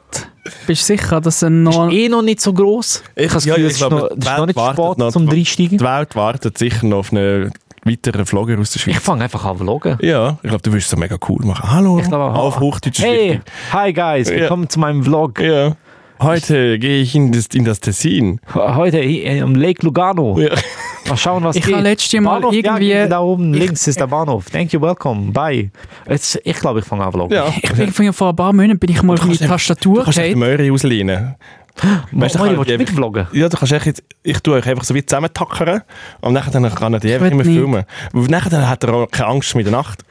Bist du sicher, dass er noch... ist eh noch nicht so gross. Ich habe das Ja, Gefühl, ich es ist glaube, noch, die es ist Welt noch nicht wartet spät noch- zum Reinsteigen. Die Welt wartet sicher noch auf einen weiteren Vlogger aus der Ich Schweiz. fange einfach an vloggen. Ja, ich glaube, du wirst es mega cool machen. Hallo, Ich glaube auch. auf Hochdeutsch. ist *laughs* Hey, wichtig. hi guys, willkommen zu meinem Vlog. Ja. Heute gehe ich in das, in das Tessin. Heute hier am Lake Lugano. Oh Ja. Mal schauen, was Ich geht. habe letztes Mal Bahnhof, irgendwie- Ja, da oben links ist der Bahnhof. Thank you, welcome, bye. Jetzt, ich glaube, ich fange an *laughs* vloggen. Ja. Ich bin vor- vor ein paar Monaten bin ich mal auf meine kannst einfach- Tastatur kannst echt die gefallen. Möhre auslehnen. Weißt Weißt du, du, kann- willst du mitvloggen? Ja, du kannst echt jetzt, ich tue euch einfach so wie zusammentackern und nachher dann kann er die einfach will immer nicht. filmen. Und nachher dann hat er auch keine Angst mit der Nacht.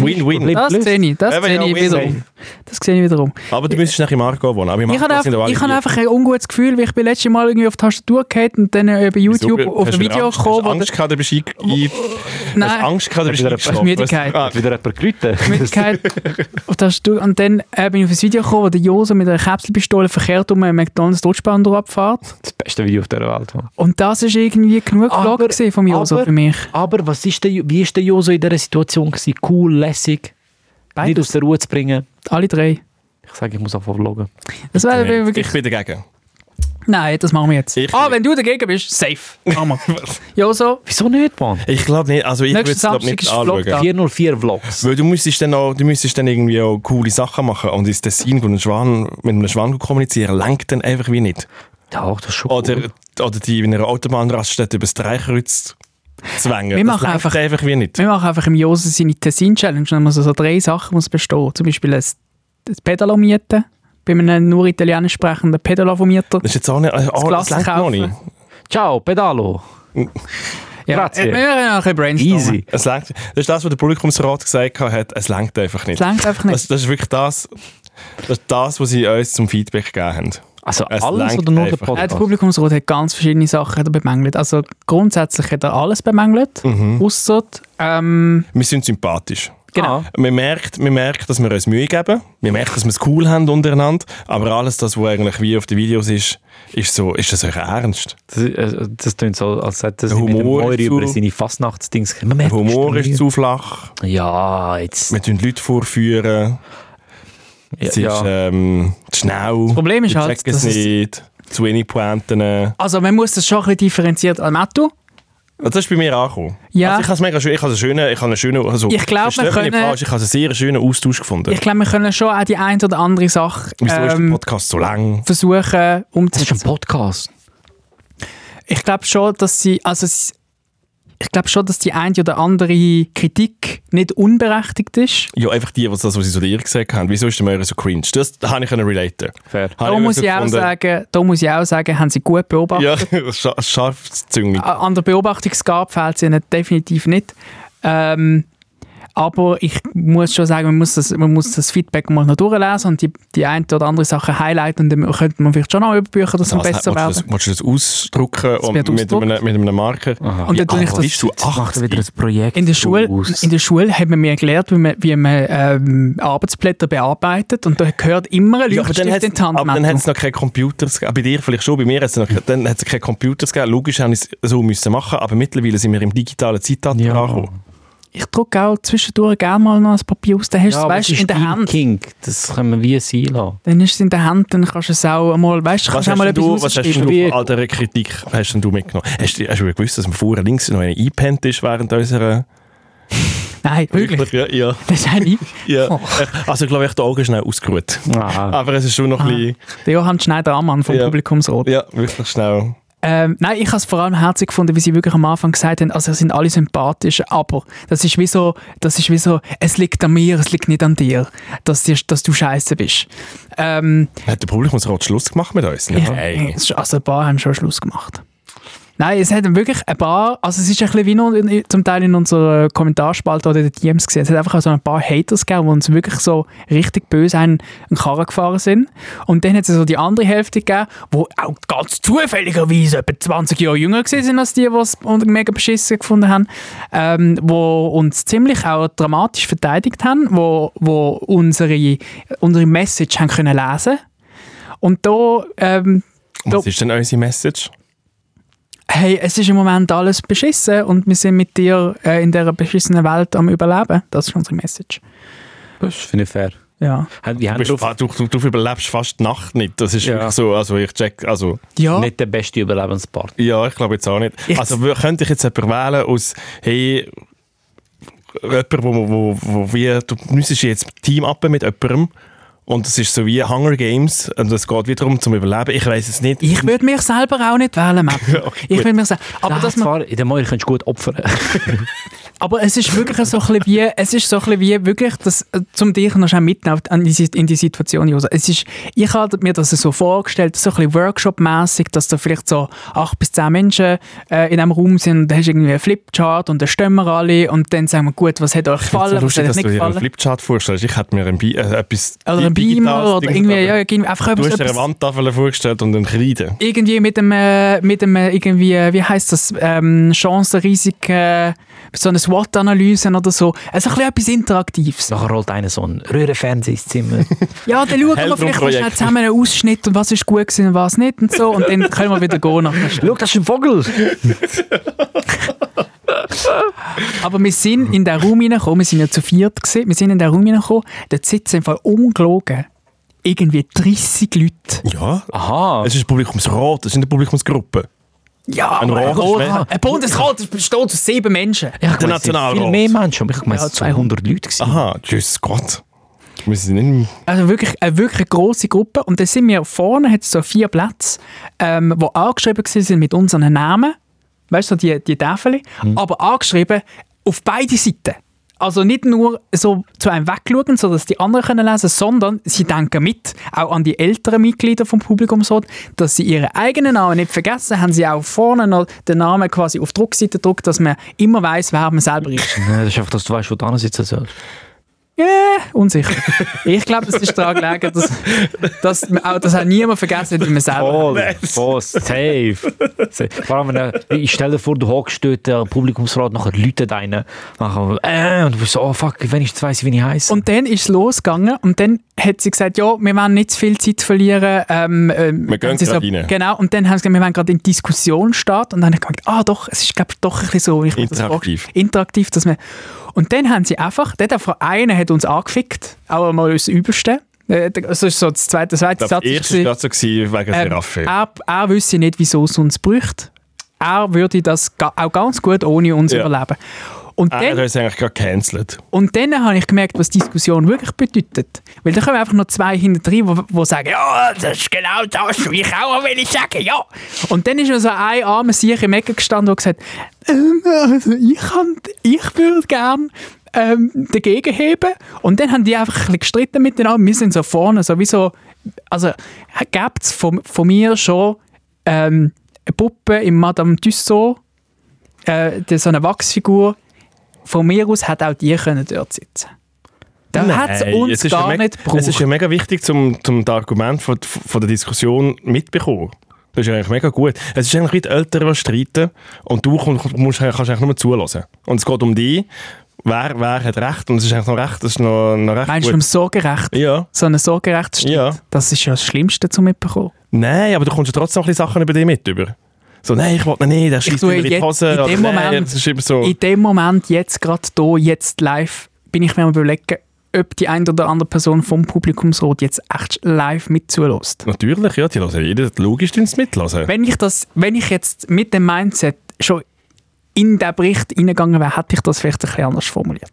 Win-win. Das Blöd. sehe ich, das Eben, sehe ja, ich Win-Win. wiederum. Das sehe ich wiederum. Aber du müsstest nachher im Aargau wohnen. Aber im Ich habe Aargau sind einfach, alle ich habe hier. einfach ein ungutes Gefühl, weil ich bin letztes Mal irgendwie auf die Tastatur gefallen und dann äh, über Wieso? YouTube auf Hast ein du Video Angst, hast du gekommen. wo- Angst gehabt, du bist eingeschlafen. Hast du Nein, Angst gehabt, du bist Wieder eingeschlafen. Müdigkeit. Ah, Hat wieder jemand geläutet? Müdigkeit auf die Tastatur. Und dann äh, bin ich auf ein Video gekommen, wo der Joso mit einer Kapselpistole verkehrt um einen McDonalds Dodgebahn abfährt. Das beste Video auf der Welt. Mann. Und das ist irgendwie genug Aber- Vlog gewesen vom Joso aber- für mich. Aber was ist der, Ju- wie war der Joso in dieser Situation? Gewesen? Cool, lässig, nicht aus Beides. der Ruhe zu bringen. Alle drei. Ich sage, ich muss anfangen vloggen. Das wäre Nein, wirklich. Ich bin dagegen. Nein, das machen wir jetzt. Ich- ah, wenn du dagegen bist, safe. Machen *laughs* wir. Joso, Wieso nicht, Mann? Ich glaube nicht, also ich würde Nächsten es glaub Samstag nicht ist Vlog anschauen. da. 404 Vlogs. Weil du müsstest dann auch, du müsstest dann irgendwie auch coole Sachen machen und ins Tessin und einen Schwan, mit einem Schwan kommunizieren, lenkt dann einfach wie nicht. Ja, das ist schon Oder, cool. oder die in einer Autobahnraststätte über das Dreikreuz zwängen. Wir Das machen lenkt einfach- einfach wie nicht. wir machen einfach im Joso seine Tessin-Challenge. Dann muss er so drei Sachen muss bestehen. Zum Beispiel ein, ein Pedalo mieten. Bei einem nur italienisch sprechenden Pedalo-Vermieter. Das ist jetzt auch nicht, also, oh, Glas das lenkt noch kaufen. nicht. Ciao, Pedalo. Ja, Grazie. äh, wir können auch ein bisschen brainstormen. Easy. Es lenkt, das ist das, was der Publikumsrat gesagt hat, es lenkt einfach Es nicht. reicht einfach nicht. Das, das ist wirklich das, das, ist das, was sie uns zum Feedback gegeben haben. Also Es alles langt oder nur der einfach. Äh, der Podcast? Publikumsrat hat ganz verschiedene Sachen hat er bemängelt. Also grundsätzlich hat er alles bemängelt, Mhm. ausser ähm, Wir sind sympathisch. genau. Ah. Man merkt, man merkt, dass wir uns Mühe geben. Man merkt, dass wir es cool haben untereinander. Aber alles das, was eigentlich wie auf den Videos ist, ist so, ist das euch ernst? Das, äh, das klingt so, als hätte Der sie mit dem Humor Moiri ist über zu- seine Fastnachtsdings Man merkt, Der Humor es ist zu flach. Ja, jetzt... Wir tun Leute vorführen. Es ja, ist ja. ähm, zu schnell. Das Problem ist halt, checken es dass es- nicht. Zu wenig Pointen. Also Also man muss das schon ein bisschen differenziert anmachen. das ist bei mir angekommen. Ja. Also ich habe es mega schön. Ich habe einen schönen, ich habe einen schönen, also, Ich glaub, wir versteht mich nicht können- falsch, ich habe einen sehr schönen Austausch gefunden. Ich glaube, wir können schon auch die eine oder andere Sache Wieso ist der ähm, Podcast so lang? versuchen Das ist ein umzusetzen. Podcast. Ich glaube schon, dass sie, also es- ich glaube schon, dass die eine oder andere Kritik nicht unberechtigt ist. Ja, einfach die, was das, was sie zu dir gesagt haben. Wieso ist der Möhrer so cringe? Das habe ich können relaten. Fair. Habe Da muss, wirklich ich auch gefunden. sagen, da muss ich auch sagen, haben sie gut beobachtet. *laughs* Ja, *laughs* scha scharfes Züngli. A- An der Beobachtungsgabe fehlt es ihnen definitiv nicht. Ähm, aber ich muss schon sagen, man muss das, man muss das Feedback mal noch durchlesen und die, die eine oder andere Sache highlighten. Und dann könnte man vielleicht schon noch überbüchen, dass man Was- besser willst du werden. das- Willst du das ausdrucken und wird mit, ausgedruckt. einem, mit einem Marker? Und dann tue ich alt das- bist du Macht 80. wieder ein Projekt In der, Schule, daraus. in der Schule hat man mir erklärt, wie man, wie man ähm, Arbeitsblätter bearbeitet und da gehört immer ein Ja, aber Leuchtstift dann hat in die Hand. es noch keine Computers gegeben. Bei dir vielleicht schon, bei mir hat es noch dann hat's keine Computers gegeben. Logisch haben wir es so müssen machen, aber mittlerweile sind wir im digitalen Zeitalter Ja. angekommen. ich drucke auch zwischendurch gerne mal noch ein Papier aus, dann hast Ja, du aber es weißt, es ist in der dein Hand. King. Das können wir wie sein lassen. Dann ist es in der Hand, dann kannst du es auch mal, weißt du, Was kannst auch hast, mal denn du, etwas was hast denn rausschreiben. rausgeschrieben. du von all dieser Kritik hast denn du mitgenommen? Hast, du- hast du gewusst, dass man vorher links noch eine eingepennt ist während unserer... Nein, wirklich. Oh. Ja, ja. Das ist ein ja. Also ich glaube, ich habe die Augen schnell ausgeruht. Ah. Aber es ist schon noch ein bisschen... Der Johann Schneider-Ammann vom Ja. Publikumsrat. Ja, wirklich schnell. Ähm, nein, ich habe es vor allem herzig gefunden, wie sie wirklich am Anfang gesagt haben, also sind alle sympathisch, aber das ist wie so, das ist wie so, es liegt an mir, es liegt nicht an dir, dass, dir, dass du scheiße bist. Ähm, Hat der Publikumsrat Schluss gemacht mit uns? ich, es ist- also ein paar haben schon Schluss gemacht. Nein, es hat wirklich ein paar, also es ist ein bisschen wie noch in, zum Teil in unserer Kommentarspalte oder in den DMs gesehen, es hat einfach so ein paar Haters gegeben, die uns wirklich so richtig böse einen, einen Karren gefahren sind. Und dann hat es so die andere Hälfte gegeben, wo auch ganz zufälligerweise etwa 20 Jahre jünger gewesen sind als die, die es unter- mega beschissen gefunden haben, ähm, wo uns ziemlich auch dramatisch verteidigt haben, wo, wo unsere, unsere Message haben können lesen und da, ähm, Und Was ist denn unsere Message? hey, es ist im Moment alles beschissen und wir sind mit dir äh, in dieser beschissenen Welt am Überleben. Das ist unsere Message. Das finde ich fair. Ja. Wir Du, haben bist, drauf fa- du, du, du überlebst fast die Nacht nicht. Das ist Ja. wirklich so. Also ich check, also Ja, nicht der beste Überlebenspart. ja, ich glaube jetzt auch nicht. Ich- also w- könnte ich jetzt jemanden wählen aus, hey, jemand, wo, wo, wo wie, du müsstest jetzt Team up mit jemandem und es ist so wie Hunger Games und es geht wieder darum zum Überleben. Ich weiß es nicht. ich würde mich selber auch nicht *laughs* wählen, Matt. okay, ich gut. würde mich sagen, aber, dass man, zwar, in der Moir kannst du gut opfern. *laughs* aber es ist wirklich so ein bisschen wie, es ist so ein bisschen wie wirklich, das, äh, zum dich noch schnell mitnehmen an die, in die Situation, Josa. Es ist, ich habe mir das so vorgestellt, so ein bisschen Workshop-mässig, dass da vielleicht so acht bis zehn Menschen äh, in einem Raum sind und da hast du irgendwie einen Flipchart und da stehen wir alle und dann sagen wir, gut, was hat euch finde es so gefallen, was lustig, hat euch dass nicht du dir einen gefallen. Flipchart vorstellst. Ich hätte mir ein Bi äh, etwas Oder digitales ein Beamer oder Ding- irgendwie, ja, irgendwie einfach Du etwas, hast dir eine etwas Wandtafel vorgestellt und einen Kreide. irgendwie mit dem, äh, mit dem äh, irgendwie, äh, wie heißt das, ähm, Chancenrisiken, äh, so eine SWOT-Analyse oder so. Also ein bisschen etwas Interaktives. Nachher rollt einer so einen Röhrenfernseher ins Zimmer. Ja, dann schauen wir vielleicht noch Heldrum-Projekt. schnell zusammen einen Ausschnitt und was ist gut gewesen und was nicht und so und *laughs* dann können wir wieder gehen. nach einer Stunde. Schau, das ist ein Vogel! Aber wir sind in den Raum reingekommen, wir sind ja zu viert gewesen, wir sind in den Raum reingekommen, dort sitzen im Fall ungelogen irgendwie 30 Leute. Ja. dus Aha. Es ist ein Publikumsrat, es ist eine Publikumsgruppe. Ja, Ein aber Rat ist mehr. ein Bundesrat das besteht aus sieben Menschen. Ja, ich Der weiss, es sind Nationalrat. Viel mehr Menschen. aber Ich meine, Ja, es waren 200 Leute. gewesen. Aha, tschüss Gott. Wir sind nicht Also wirklich eine wirklich grosse Gruppe. Und da sind wir vorne, hat es so vier Plätze, ähm, wo angeschrieben gewesen sind mit unseren Namen. Weißt du, so die, die Tafel. Aber angeschrieben auf beide Seiten. Also nicht nur so zu einem wegschauen, sodass die anderen können lesen sondern sie denken mit, auch an die älteren Mitglieder vom Publikumsrat, dass sie ihren eigenen Namen nicht vergessen, haben sie auch vorne noch den Namen quasi auf die Druckseite gedruckt, dass man immer weiß, wer man selber ist. Nein, das ist einfach, dass du weißt, wo du sitzen sollst. Äh, Unsicher. Ich glaube, das ist daran gelegen, dass, dass, man auch, dass auch niemand vergessen hat, wie man Oh. selber. Voll, voll, safe. safe. Vor allem, wenn, er- ich stelle dir vor, du hockst dort am Publikumsrat, nachher läutet einer. Nachher, äh, und du bist so, oh fuck, wenn ich jetzt weiss, wie ich heiße. Und dann ist es losgegangen und dann hat sie gesagt, ja, wir wollen nicht zu viel Zeit verlieren. Ähm, ähm, Wir gehen haben sie grad rein. Genau, und dann haben sie gesagt, wir wollen gerade in die Diskussion starten. Und dann habe ich gedacht, ah doch, es ist glaube ich doch ein bisschen so. wie Ich mir das Interaktiv. vorstelle. Interaktiv, dass wir... Und dann haben sie einfach, dort von einer hat uns angefickt, auch mal das Übelste. Äh, Das ist so das zweite, zweite Ich glaube, Satz. der erste gewesen. war so gewesen wegen Ähm, Seraphi. er, er wüsste nicht, wieso es uns bräuchte. Er würde das ga, auch ganz gut ohne uns Ja. Ah, überleben. Und Er hat dann, uns eigentlich gerade gecancelt. und dann habe ich gemerkt, was Diskussion wirklich bedeutet. Weil da kommen einfach noch zwei hinten rein, die, die sagen, ja, das ist genau das, was ich auch will sagen, ja. Und dann ist noch so ein armer Sieg im Ecke gestanden, der gesagt hat, ähm, also ich, kann, ich würde gerne ähm, dagegen heben. Und dann haben die einfach ein bisschen gestritten miteinander. Wir sind so vorne, so wie so, also gibt es von, von mir schon ähm, eine Puppe im Madame Tussaud, äh, die- so eine Wachsfigur. Von mir aus hätte auch die können dort sitzen Da hat es Nein, uns ist ja gar mega- nicht Äh, Es ist gebraucht. ja mega wichtig, zum, zum das Argument von, von der Diskussion mitbekommen. Das ist eigentlich mega gut. Es ist eigentlich wie die Eltern, die streiten und du komm- musst, kannst eigentlich nur zulassen. Und es geht um dich, wer, wer hat Recht und es ist eigentlich noch recht, das ist noch, noch recht Meinst du, gut. im Sorgerecht? ja. So eine Sorgerechtsstreit? Ja. Das ist ja das Schlimmste zu mitbekommen. Nein, aber du kommst ja trotzdem noch ein bisschen Sachen über dich mit. Über. So, nein, ich wollte nicht, der schießt tue mir in die jetzt- Hose. in oder dem nein, Moment- das ist immer so. In dem Moment, jetzt gerade hier, jetzt live, bin ich mir am überlegen, ob die eine oder andere Person vom Publikumsrat jetzt echt live mitzulässt. Natürlich, ja, die hören jeder. Logisch, dass sie mitlassen. Wenn ich, das, wenn ich jetzt mit dem Mindset schon in den Bericht reingegangen wäre, hätte ich das vielleicht ein bisschen anders formuliert.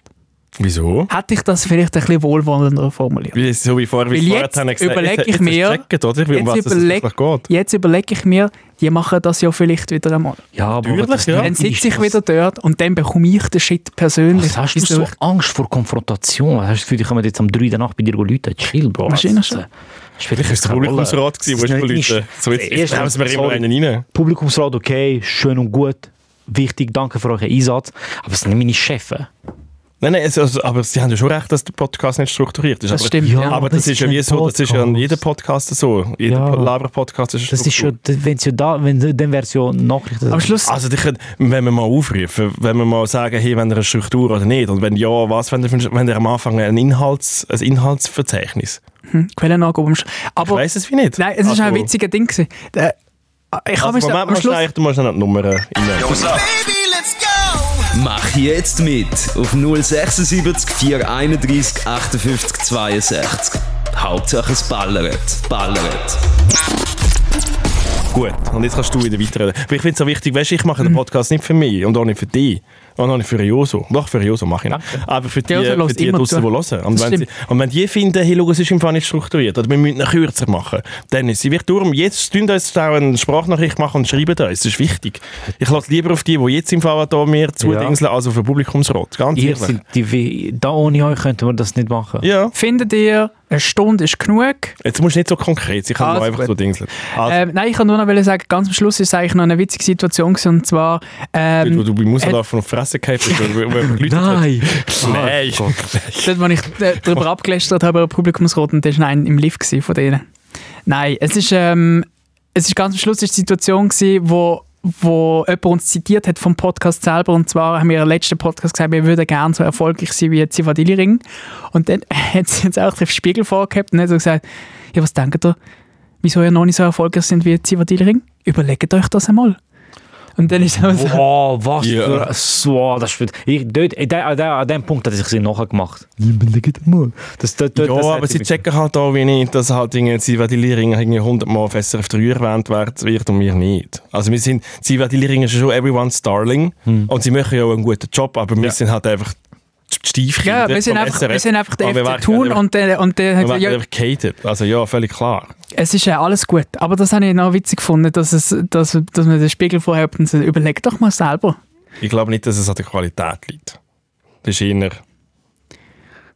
Wieso? Hätte ich das vielleicht ein bisschen wohlwollender formuliert. Wie, so wie vorher, Weil wie vorher jetzt haben wir gesagt, überleg jetzt- ich jetzt hast du mir- gecheckt, oder? Wie- Um jetzt was es überleg- wirklich geht. Jetzt überlege ich mir, die machen das ja vielleicht wieder einmal. Ja, aber Natürlich, das ja. nervt Dann mich, sitze ich das- wieder dort und dann bekomme ich den Shit persönlich. Was hast du Wieso so ich- Angst vor Konfrontation? Was hast du für dich, kommen jetzt am 3 Uhr der Nacht bei dir Leute? Chill, Bro. Also, Wahrscheinlich schon. Vielleicht Das war der Publikumsrat, gewesen, wo ich Leute. So, jetzt, jetzt nehmen wir immer einen rein. Publikumsrat, okay, schön und gut. Wichtig, danke für euren Einsatz. Aber es sind nicht meine Chefs. Nein, nein, also, also, aber Sie haben ja schon recht, dass der Podcast nicht strukturiert ist. Das aber, stimmt, Ja, ja. Aber das, ist ja wie so, das ist ja an jedem Podcast so. Jeder Ja. Laber-Podcast ist Das ist Struktur. schon, wenn's ja da, wenn, dann wäre es ja Nachrichten. Am Schluss, Also, die können, wenn wir mal aufrufen, wenn wir mal sagen, hey, wenn ihr eine Struktur oder nicht, und wenn ja, was, wenn ihr, wenn ihr am Anfang ein, Inhalts, ein Inhaltsverzeichnis. Quellenangabe. am Sch- Ich Aber weiß es wie nicht. nein, es ist Also- ein witziger Ding. gewesen. Der- Ich habe Also, mich so- Moment am mal Schluss... schnell, du musst noch die Nummer rein. Baby, let's go! Mach jetzt mit auf 076 431 58 62. Hauptsache es ballert, ballert. Gut, und jetzt kannst du wieder weiterreden. Weil ich finde es so wichtig, weißt, du, ich Hm. mache den Podcast nicht für mich und auch nicht für dich. Und auch nicht für Joso. Doch, für Joso mache ich ihn. Aber für die, Joso für hört die immer draussen, die zu. hören. Und Das wenn, sie, stimmt. und wenn die finden, hey, schau, es ist im Fall nicht strukturiert oder wir müssen ihn kürzer machen, dann ist sie wird darum, jetzt tun uns auch eine Sprachnachricht machen und schreiben da. Es ist wichtig. Ich lasse lieber auf die, die jetzt im Fall da mir zudingseln, als auf den Publikumsrat. Ganz Ihr ehrlich. sind die, wie- da ohne euch könnten wir das nicht machen. ja, Findet ihr, eine Stunde ist genug? jetzt musst du nicht so konkret sein, ich kann Also nur einfach gut. so dingseln. Also, Ähm, nein, ich kann nur noch wollen sagen, ganz am Schluss ist es eigentlich noch eine witzige Situation gewesen, und zwar Leute, wo ähm, du bei Musadorf von der Fresse gehabt bist, weil- weil- weil *laughs* man geläutet hat. *laughs* Nein! Nein! Oh dort, wo ich äh, darüber Oh. abgelästert habe, über Publikumsrot, und das war ein im Lift gewesen von denen. Nein, es ist, ähm, es ist ganz am Schluss ist die Situation gewesen, wo wo jemand uns zitiert hat vom Podcast selber und zwar haben wir im letzten Podcast gesagt, wir würden gerne so erfolgreich sein wie Zivadili Ring und dann *laughs* hat sie uns auch den Spiegel vorgehabt und hat so gesagt, ja was denkt ihr, wieso ihr noch nicht so erfolgreich sind wie Zivadili Ring? Überlegt euch das einmal. Und dann ist Oh. es so, Wow, was Ja. für ein wow, das spielt. Ich, dort, in der, an, der, an dem Punkt hat er sich nachher gemacht. Das, dort, dort, Ja, das hat aber sie mich- checken halt auch wie nicht, dass halt irgendwie Zivildienstlinge halt irgendwie 100 Mal auf SRF 3 erwähnt werden wird und wir nicht. Also wir sind, Zivildienstlinge ist ja schon everyone's darling Hm. und sie machen ja auch einen guten Job, aber wir sind halt einfach die Stiefkinder *laughs* ja, wir sind vom einfach, SRF. wir sind einfach der Aber Ah, wir FC werden Thun einfach- und der, und der wir hat werden ja, einfach gehatet. Also ja, völlig klar. es ist ja alles gut. Aber das habe ich noch witzig gefunden, dass, es, dass, dass man den Spiegel vorhebt und sagt, überleg doch mal selber. Ich glaube nicht, dass es an der Qualität liegt. Das ist eher,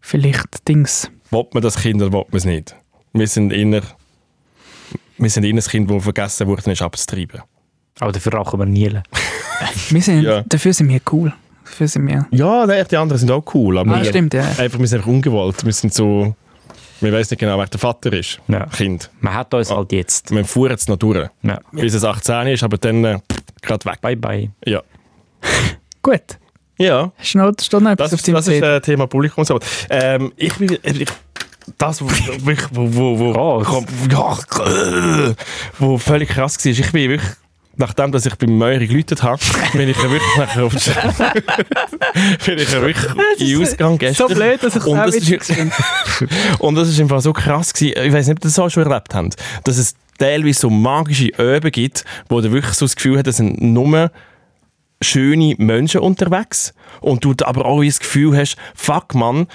Vielleicht Dings. will man das Kind oder will man es nicht? Wir sind eher, wir sind eher ein Kind, das vergessen worden ist, abzutreiben. Aber dafür rauchen wir Nielen. Wir sind, Ja. Dafür sind wir cool. Dafür sind wir. Ja, nein, die anderen sind auch cool. Aber Ah, wir- stimmt, ja. Einfach, wir sind einfach ungewollt. Wir sind so. Wir wissen nicht genau, wer der Vater ist. Ja. Kind. Man hat Ah. uns halt jetzt. Wir fahren jetzt noch durch. Ja. Bis es 18 ist, aber dann äh, gerade weg. Bye bye. Ja. Gut. Ja. Hast du noch, steht noch etwas Das, auf ist- deinem das ist Zettel? äh, Thema Publikumsarbeit. Ähm, ich will. äh, Ich, das, wo, wo, wo, wo, Krass. komm, ja, äh, wo völlig krass war, ich bin wirklich, nachdem dass ich beim Meurer geläutet habe, bin ich ja wirklich nachher auf *laughs* bin ich ja wirklich in den Ausgang so gestern. blöd, dass ich es Und auch das ist- witzig finde. Und das ist im Fall so krass gewesen, ich weiß nicht, ob ihr das auch schon erlebt habt, dass es teilweise so magische Öben gibt, wo du wirklich so das Gefühl hast, es sind nur schöne Menschen unterwegs und du aber auch das Gefühl hast, fuck Mann,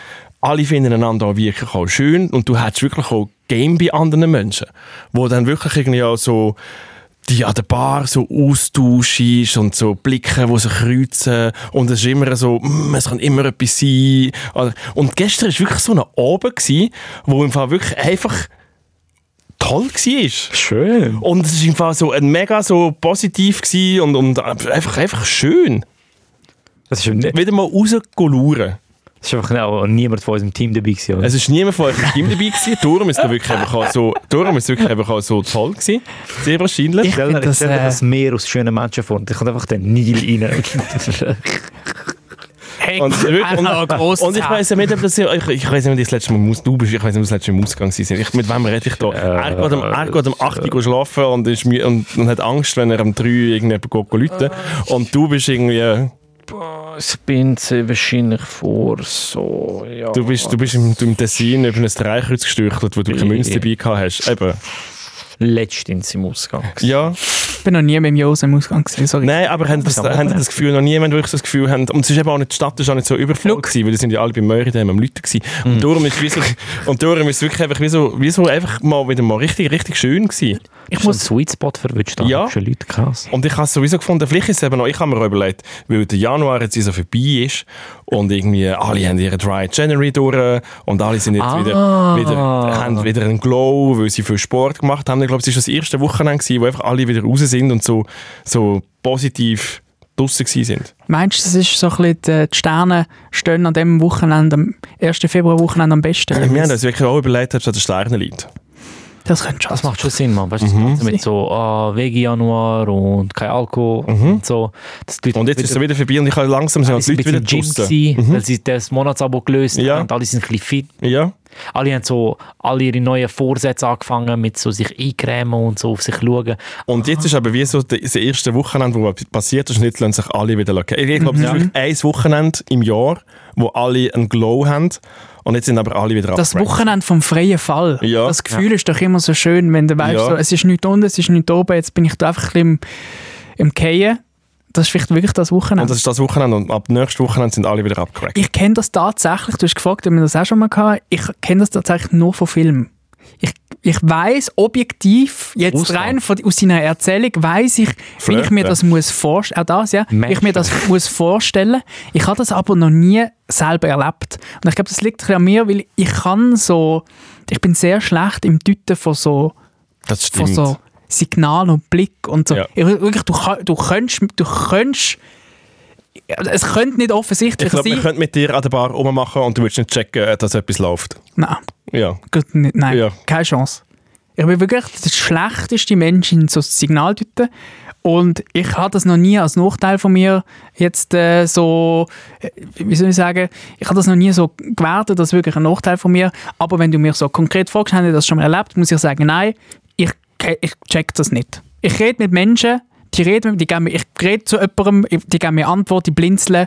alle finden einander auch wirklich auch schön und du hast wirklich auch Game bei anderen Menschen, wo dann wirklich irgendwie auch so die an der Bar so Austausch ist und so Blicke, die sich kreuzen und es ist immer so, «Mm, es kann immer etwas sein. Oder- Und gestern war wirklich so ein Abend, gewesen, wo im Fall wirklich einfach toll war. Schön. Und es war im Fall so ein mega so positiv gewesen und, und einfach, einfach schön. Das ist, ne- Wieder mal rausgeluren. das ist einfach ne- auch niemand von unserem Team dabei gewesen. Oder? Es war niemand von euch im Team dabei, gewesen. darum ist es wirklich einfach auch so, darum ist es wirklich einfach auch so toll gewesen. Sehr wahrscheinlich. ich stelle find mir das, das, äh, das Meer aus schönen Menschen vor. Ich kann einfach den Nil rein. *laughs* Hey, Und, wirklich- und, und, und, und ich weiß ja nicht, ob das ja, ich, ich weiß nicht, wenn das letzte Mal im Aus- du bist, ich weiß nicht, ob das letzte Mal im Ausgang war. Ich, mit wem rede ich da? er, geht am, er geht am 8 Uhr schlafen und, ist, mü- und, und hat Angst, wenn er am 3 irgendjemand geht läuten. Und du bist irgendwie, Ich bin sehr wahrscheinlich vor so, ja. du bist, du bist im, du im Tessin über ein Dreikreuz gestürchelt, wo du keine Münze dabei gehabt hast. Eben. Letztens im Ausgang. Ja. ich bin noch nie mit dem Jose im Ausgang gewesen, sorry. Nein, aber haben das, haben das Gefühl, noch niemand wirklich das Gefühl haben. Und es ist eben auch nicht, die Stadt ist auch nicht so übervoll gewesen, weil die sind ja alle bei Möri daheim am Leuten gewesen. Und darum ist wie so, und darum ist es wirklich einfach wie so, wie so einfach mal wieder mal richtig, richtig schön gewesen. Ich muss einen Sweet Spot verwünscht. Da Ja. haben schon Leute krass. Und ich habe es sowieso gefunden, vielleicht ist es eben noch, ich habe mir auch überlegt, weil der Januar jetzt so vorbei ist und irgendwie alle haben ihren Dry January durch und alle sind jetzt Ah. wieder, wieder, haben wieder einen Glow, weil sie viel Sport gemacht haben. Ich glaube, es war das erste Wochenende, gewesen, wo einfach alle wieder raus sind und so, so positiv draussen gewesen sind. Meinst du, das ist so ein bisschen, die, die Sterne stehen an dem Wochenende, am 1. Februar-Wochenende am besten? Wir haben uns wirklich auch überlegt, ob es an den Sternen liegt. Das könnte schon Das sein. macht schon Sinn, Mann. Weißt du, das Ganze mit so ah, Vegi-Januar und kein Alkohol Mhm. und so. Das die Leute Und jetzt ist es wieder- wieder vorbei und ich habe langsam sind die die sind ein Leute wieder bisschen Gym draussen. gewesen, weil sie das Monatsabo gelöst Ja. haben. Alle sind ein bisschen fit. Ja. Alle haben so alle ihre neuen Vorsätze angefangen mit so sich eincremen und so auf sich schauen. Und jetzt ist aber wie so die- das erste Wochenende, wo was passiert ist, und jetzt lassen sich alle wieder lassen. Ich glaube, es ist wirklich ein Wochenende im Jahr, wo alle einen Glow haben und jetzt sind aber alle wieder Das abgerannt. Wochenende vom freien Fall. Ja. Das Gefühl ist doch immer so schön, wenn du weißt, Ja. so, es ist nichts unten, es ist nichts oben, jetzt bin ich da einfach ein bisschen im, im Kehren. Das ist vielleicht wirklich das Und Wochenende. das ist das Wochenende und ab nächstes Wochenende sind alle wieder abgerackt. ich kenne das tatsächlich, du hast gefragt, ob wir das auch schon mal hatten, ich kenne das tatsächlich nur von Filmen. Ich, ich weiß objektiv, jetzt Ausland. rein von, aus seiner Erzählung, weiß ich, wie ich Flirten. mir das muss vorstellen, auch das, ja, wie ich Menschen. mir das muss vorstellen. Ich habe das aber noch nie selber erlebt. Und ich glaube, das liegt ein bisschen an mir, weil ich kann so, ich bin sehr schlecht im Deuten von so, Das von stimmt. so Signal und Blick und so. Ja. Ich, wirklich, du, kann- du könntest, du könntest, es könnte nicht ich offensichtlich glaube, wir sein. könnten mit dir an der Bar rummachen und du würdest nicht checken, äh, dass etwas läuft. Nein. Ja. Gut, nicht, nein, Ja. keine Chance. Ich bin wirklich der schlechteste Mensch in so Signaldeuten. Und ich habe das noch nie als Nachteil von mir jetzt äh, so, äh, wie soll ich sagen, ich habe das noch nie so gewertet, das ist wirklich ein Nachteil von mir. Aber wenn du mir so konkret fragst, habe ich das schon mal erlebt, muss ich sagen, nein, ich, ke- ich check das nicht. Ich rede mit Menschen, die reden mit mir, die geben mir, ich rede zu jemandem, ich- die geben mir Antwort, die blinzeln.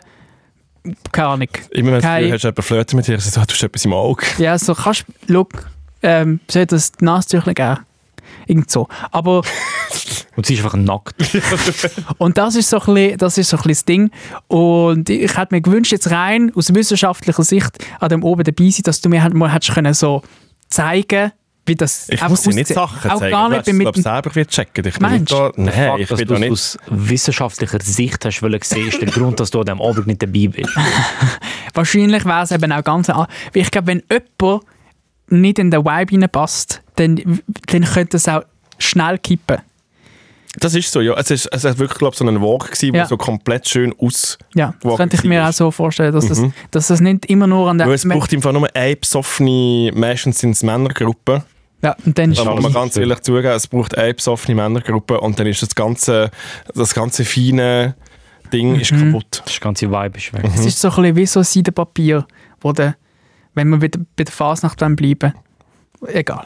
Keine Ahnung. Immer wenn du das Kein- Gefühl hast, jemand flirtet mit dir, sagst du, ah, du hast etwas im Auge. Ja, so kannst du, look, ähm, soll das die Nasentüchle geben? Irgend so. Aber, Und sie ist einfach nackt. und das ist so ein bisschen, das ist so ein bisschen das Ding. Und ich hätte mir gewünscht, jetzt rein aus wissenschaftlicher Sicht an dem oben dabei sein, dass du mir halt mal hättest können so zeigen, wie das Ich einfach muss dir nicht aussieht. Sachen Auch zeigen. gar nicht Weißt, ich mit glaube, dem- selber wird checken. Ich bin Meinst nicht da. Nein, ich dass bin du da es nicht. aus wissenschaftlicher Sicht hast wollen sehen, ist der Grund, dass du an diesem Abend nicht dabei bist. Wahrscheinlich wäre es eben auch ganz an- weil Ich glaube, wenn jemand nicht in den Vibe reinpasst, dann, dann könnte es auch schnell kippen. Das ist so, ja. Es, ist, es hat wirklich, glaube ich, so einen Walk gewesen, Ja. der so komplett schön aus. Ja, das Walking könnte ich mir Tigers. auch so vorstellen, dass, das, dass das nicht immer nur an der... Weil Mhm. es braucht im Fall nur eine besoffene, meistens sind es Männergruppen. ja, und dann Da muss man ganz ehrlich zugeben, es braucht eine besoffene Männergruppe und dann ist das ganze, das ganze feine Ding ist kaputt. Das ganze Vibe ist weg. Es ist so ein bisschen wie so ein Seidenpapier, wo der, wenn wir bei der, bei der Fasnacht wollen bleiben Egal.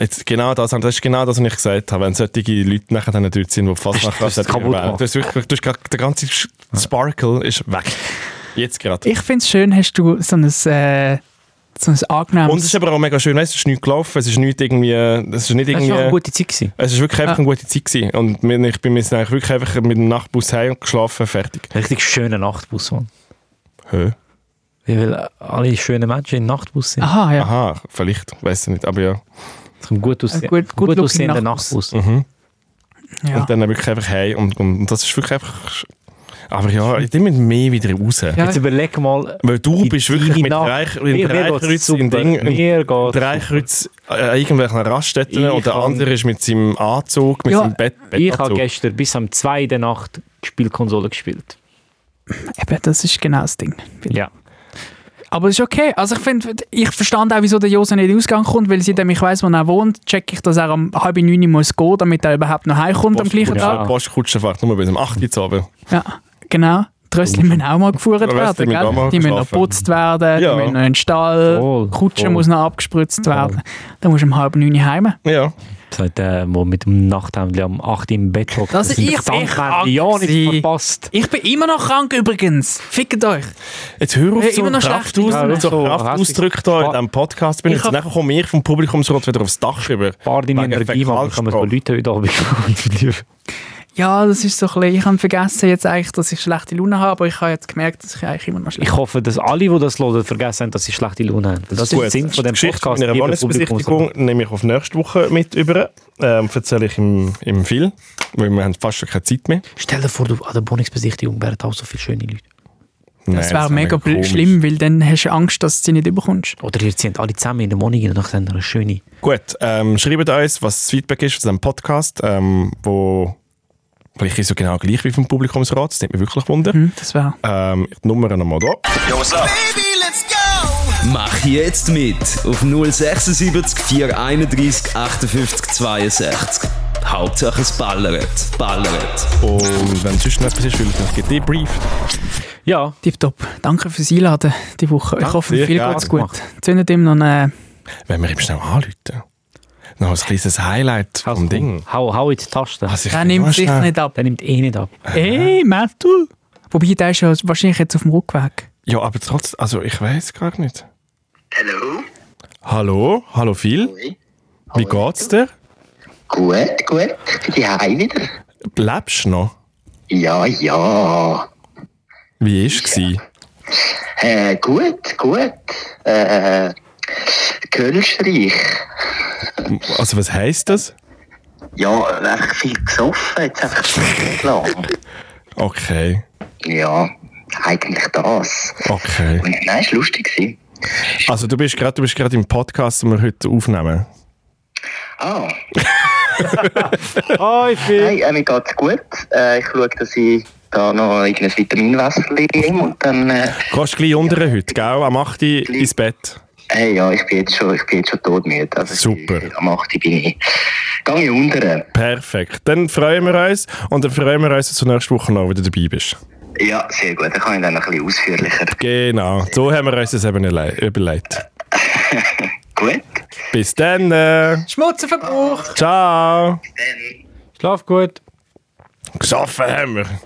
Jetzt, genau das, das ist genau das, was ich gesagt habe. Wenn solche Leute nachher dann dort sind, die fast nachher das kaputt gemacht. das ist wirklich, du hast gerade- der ganze Sch- Sparkle ist weg. Jetzt gerade. Ich finde es schön, hast du so ein, äh, so ein Und es ist angenehmes... aber auch mega schön, weißt, du, es ist nichts gelaufen, es ist nicht irgendwie, es ist nicht Es irgendwie... äh, war eine gute Zeit. Gewesen. Es war wirklich einfach Ah. eine gute Zeit. Gewesen. Und wir, ich bin mir jetzt eigentlich wirklich einfach mit dem Nachtbus heim und geschlafen, fertig. Richtig schöner Nachtbus, Mann. Hä? Ja, Weil alle schönen Menschen in Nachtbus sind. Aha, ja. Aha, vielleicht, weiß ich nicht, aber ja. Es kommt gut aussehen. Ein gut- gut looking aussehender Nachtbus. Nachtbus. Mhm. ja. Und dann wirklich einfach heim und, und, und das ist wirklich einfach... Aber ja, ich nehme mehr wieder raus. Ja. Jetzt überleg mal, Weil du In bist wirklich deine mit Nacht. Reich, Mir- in mir geht's Dreikreuz, in super. Ding, in Mir geht's Dreikreuz, äh, irgendwelchen Raststätten Ich und der kann- andere ist mit seinem Anzug, mit Ja, seinem Bett, ich habe Bettanzug. gestern bis am 2. der Nacht Spielkonsole gespielt. Eben, das ist genau das Ding. Ja. Aber es ist okay. Also ich finde, ich verstand auch, wieso der Jose nicht in den Ausgang kommt, weil seitdem ich weiß, wo er wohnt, check ich, dass er am halb neun muss gehen, damit er überhaupt noch heimkommt am gleichen Postkutschen- Tag. Postkutschen fährt nur bis um 8 Uhr zu Abend. Ja, genau. Die Rössli müssen auch mal gefahren Die Rössli werden, müssen auch gell? mal Die müssen noch geschlafen. geputzt werden, Ja. die müssen noch in den Stall, Voll, Kutsche voll. muss noch abgespritzt werden. Dann musst du um halb neun heim. Ja. Seit der, wo äh, mit dem Nachthemdli am 8. Uhr im Bett hockt. Das ist ich- ich ja gewesen. nicht verpasst. Ich bin immer noch krank übrigens. Fickt euch. Jetzt hör auf, Hey, so immer noch Kraft schlechte aus, Laune. so So, Kraftausdrücke hässlich. da in diesem Podcast. Bin Ich ich hab- Nachher komme ich vom Publikumsrat wieder aufs Dach über. Spar deine Wegen Energie, man kann man so Fäkalsprache. Leute heute *laughs* Abend Ja, das ist so ein bisschen, ich habe vergessen jetzt eigentlich, dass ich schlechte Laune habe, aber ich habe jetzt gemerkt, dass ich eigentlich immer noch schlecht Ich hoffe, dass alle, die das hören, vergessen haben, dass sie schlechte Laune haben. Das, ist der Gut. Sinn von dem Die Geschichte Podcast. von meiner lieber Wohnungsbesichtigung Publikumsrat. nehme ich auf nächste Woche mit über. Ähm, erzähle ich im, im Film, weil wir haben fast schon keine Zeit mehr. Stell dir vor, du an der Wohnungsbesichtigung wären auch so viele schöne Leute. Nein, Das wäre ist mega bl- komisch. schlimm, weil dann hast du Angst, dass du sie nicht überkommst. Oder ihr zieht alle zusammen in der Wohnung und dann habt ihr eine schöne. Gut, ähm, schreibt uns, was das Feedback ist zu diesem Podcast, ähm, wo vielleicht ist es so genau gleich wie vom Publikumsrat, das nimmt mich wirklich wunder. Hm, das wäre. Ähm, ich die Nummer nochmal da. Yo, what's up? Baby, let's go. Mach jetzt mit auf 076 431 58 62. Hauptsache es ballert, ballert. Und wenn sonst noch etwas ist, will ich noch debrieft. Ja, Tipptopp. Danke fürs Einladen die Woche. Ich Danke hoffe, dir, viel ja. geht's gut. Zündet ihm noch eine. Wenn wir ihm schnell anrufen. Noch ein kleines Highlight vom Ding. Hau, hau in die Tasten. Was ich Er nimmt sich nicht ab. Der nimmt eh nicht ab. Ey, Mattu! Wobei, der ist ja wahrscheinlich jetzt auf dem Rückweg. Ja, aber trotzdem, also ich weiß gar nicht. Hallo? Hallo, hallo Phil. Wie geht's dir? Gut, gut. Ja, wieder. Lebst du noch? Ja, ja. Wie ist es? Äh, gut, gut. Äh, Kölschreich. Also was heisst das? Ja, echt viel gesoffen, jetzt einfach viel lang. Okay, Ja, eigentlich das. okay. Und nein, es war lustig. gewesen. Also du bist gerade du bist gerade im Podcast, den wir heute aufnehmen. Ah. Hi, äh, mir geht's gut. Äh, ich schaue, dass ich da noch irgendein Vitaminwasser nehme und dann... Äh, Gehst du gleich unter heute, gell? Am 8 Uhr ins Bett. hey, ja, ich bin jetzt schon, ich bin jetzt schon todmüde. Also ich- Super. Am 8 Uhr bin ich... Gehe ich unter. Perfekt. Dann freuen wir uns und dann freuen wir uns, dass du nächste Woche noch wieder dabei bist. Ja, sehr gut. Dann kann ich dann noch ein bisschen ausführlicher. Genau, so haben wir uns das eben erle- überlegt. Gut. Bis dann. Äh, Schmutzenverbrauch! ciao. Schlaf gut. Gesoffen haben wir. *laughs*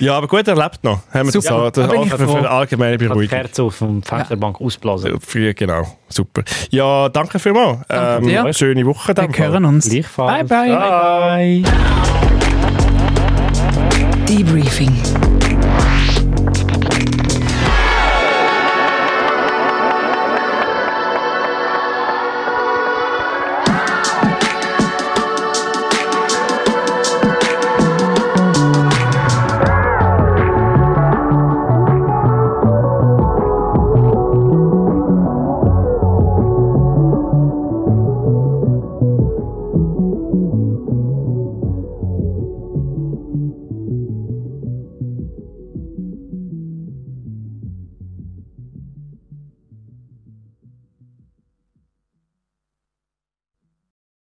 Ja, aber gut, er lebt noch. Haben wir Super, das, da bin ich das, das für froh. eine allgemeine Kann die Beruhigung. Kerze auf dem Fensterbank ausblasen. Früher, genau. nou. Super. Ja, danke vielmals. Danke dir. Schöne Woche. Wir hören uns. Gleichfalls. Bye, bye. Bye. Debriefing.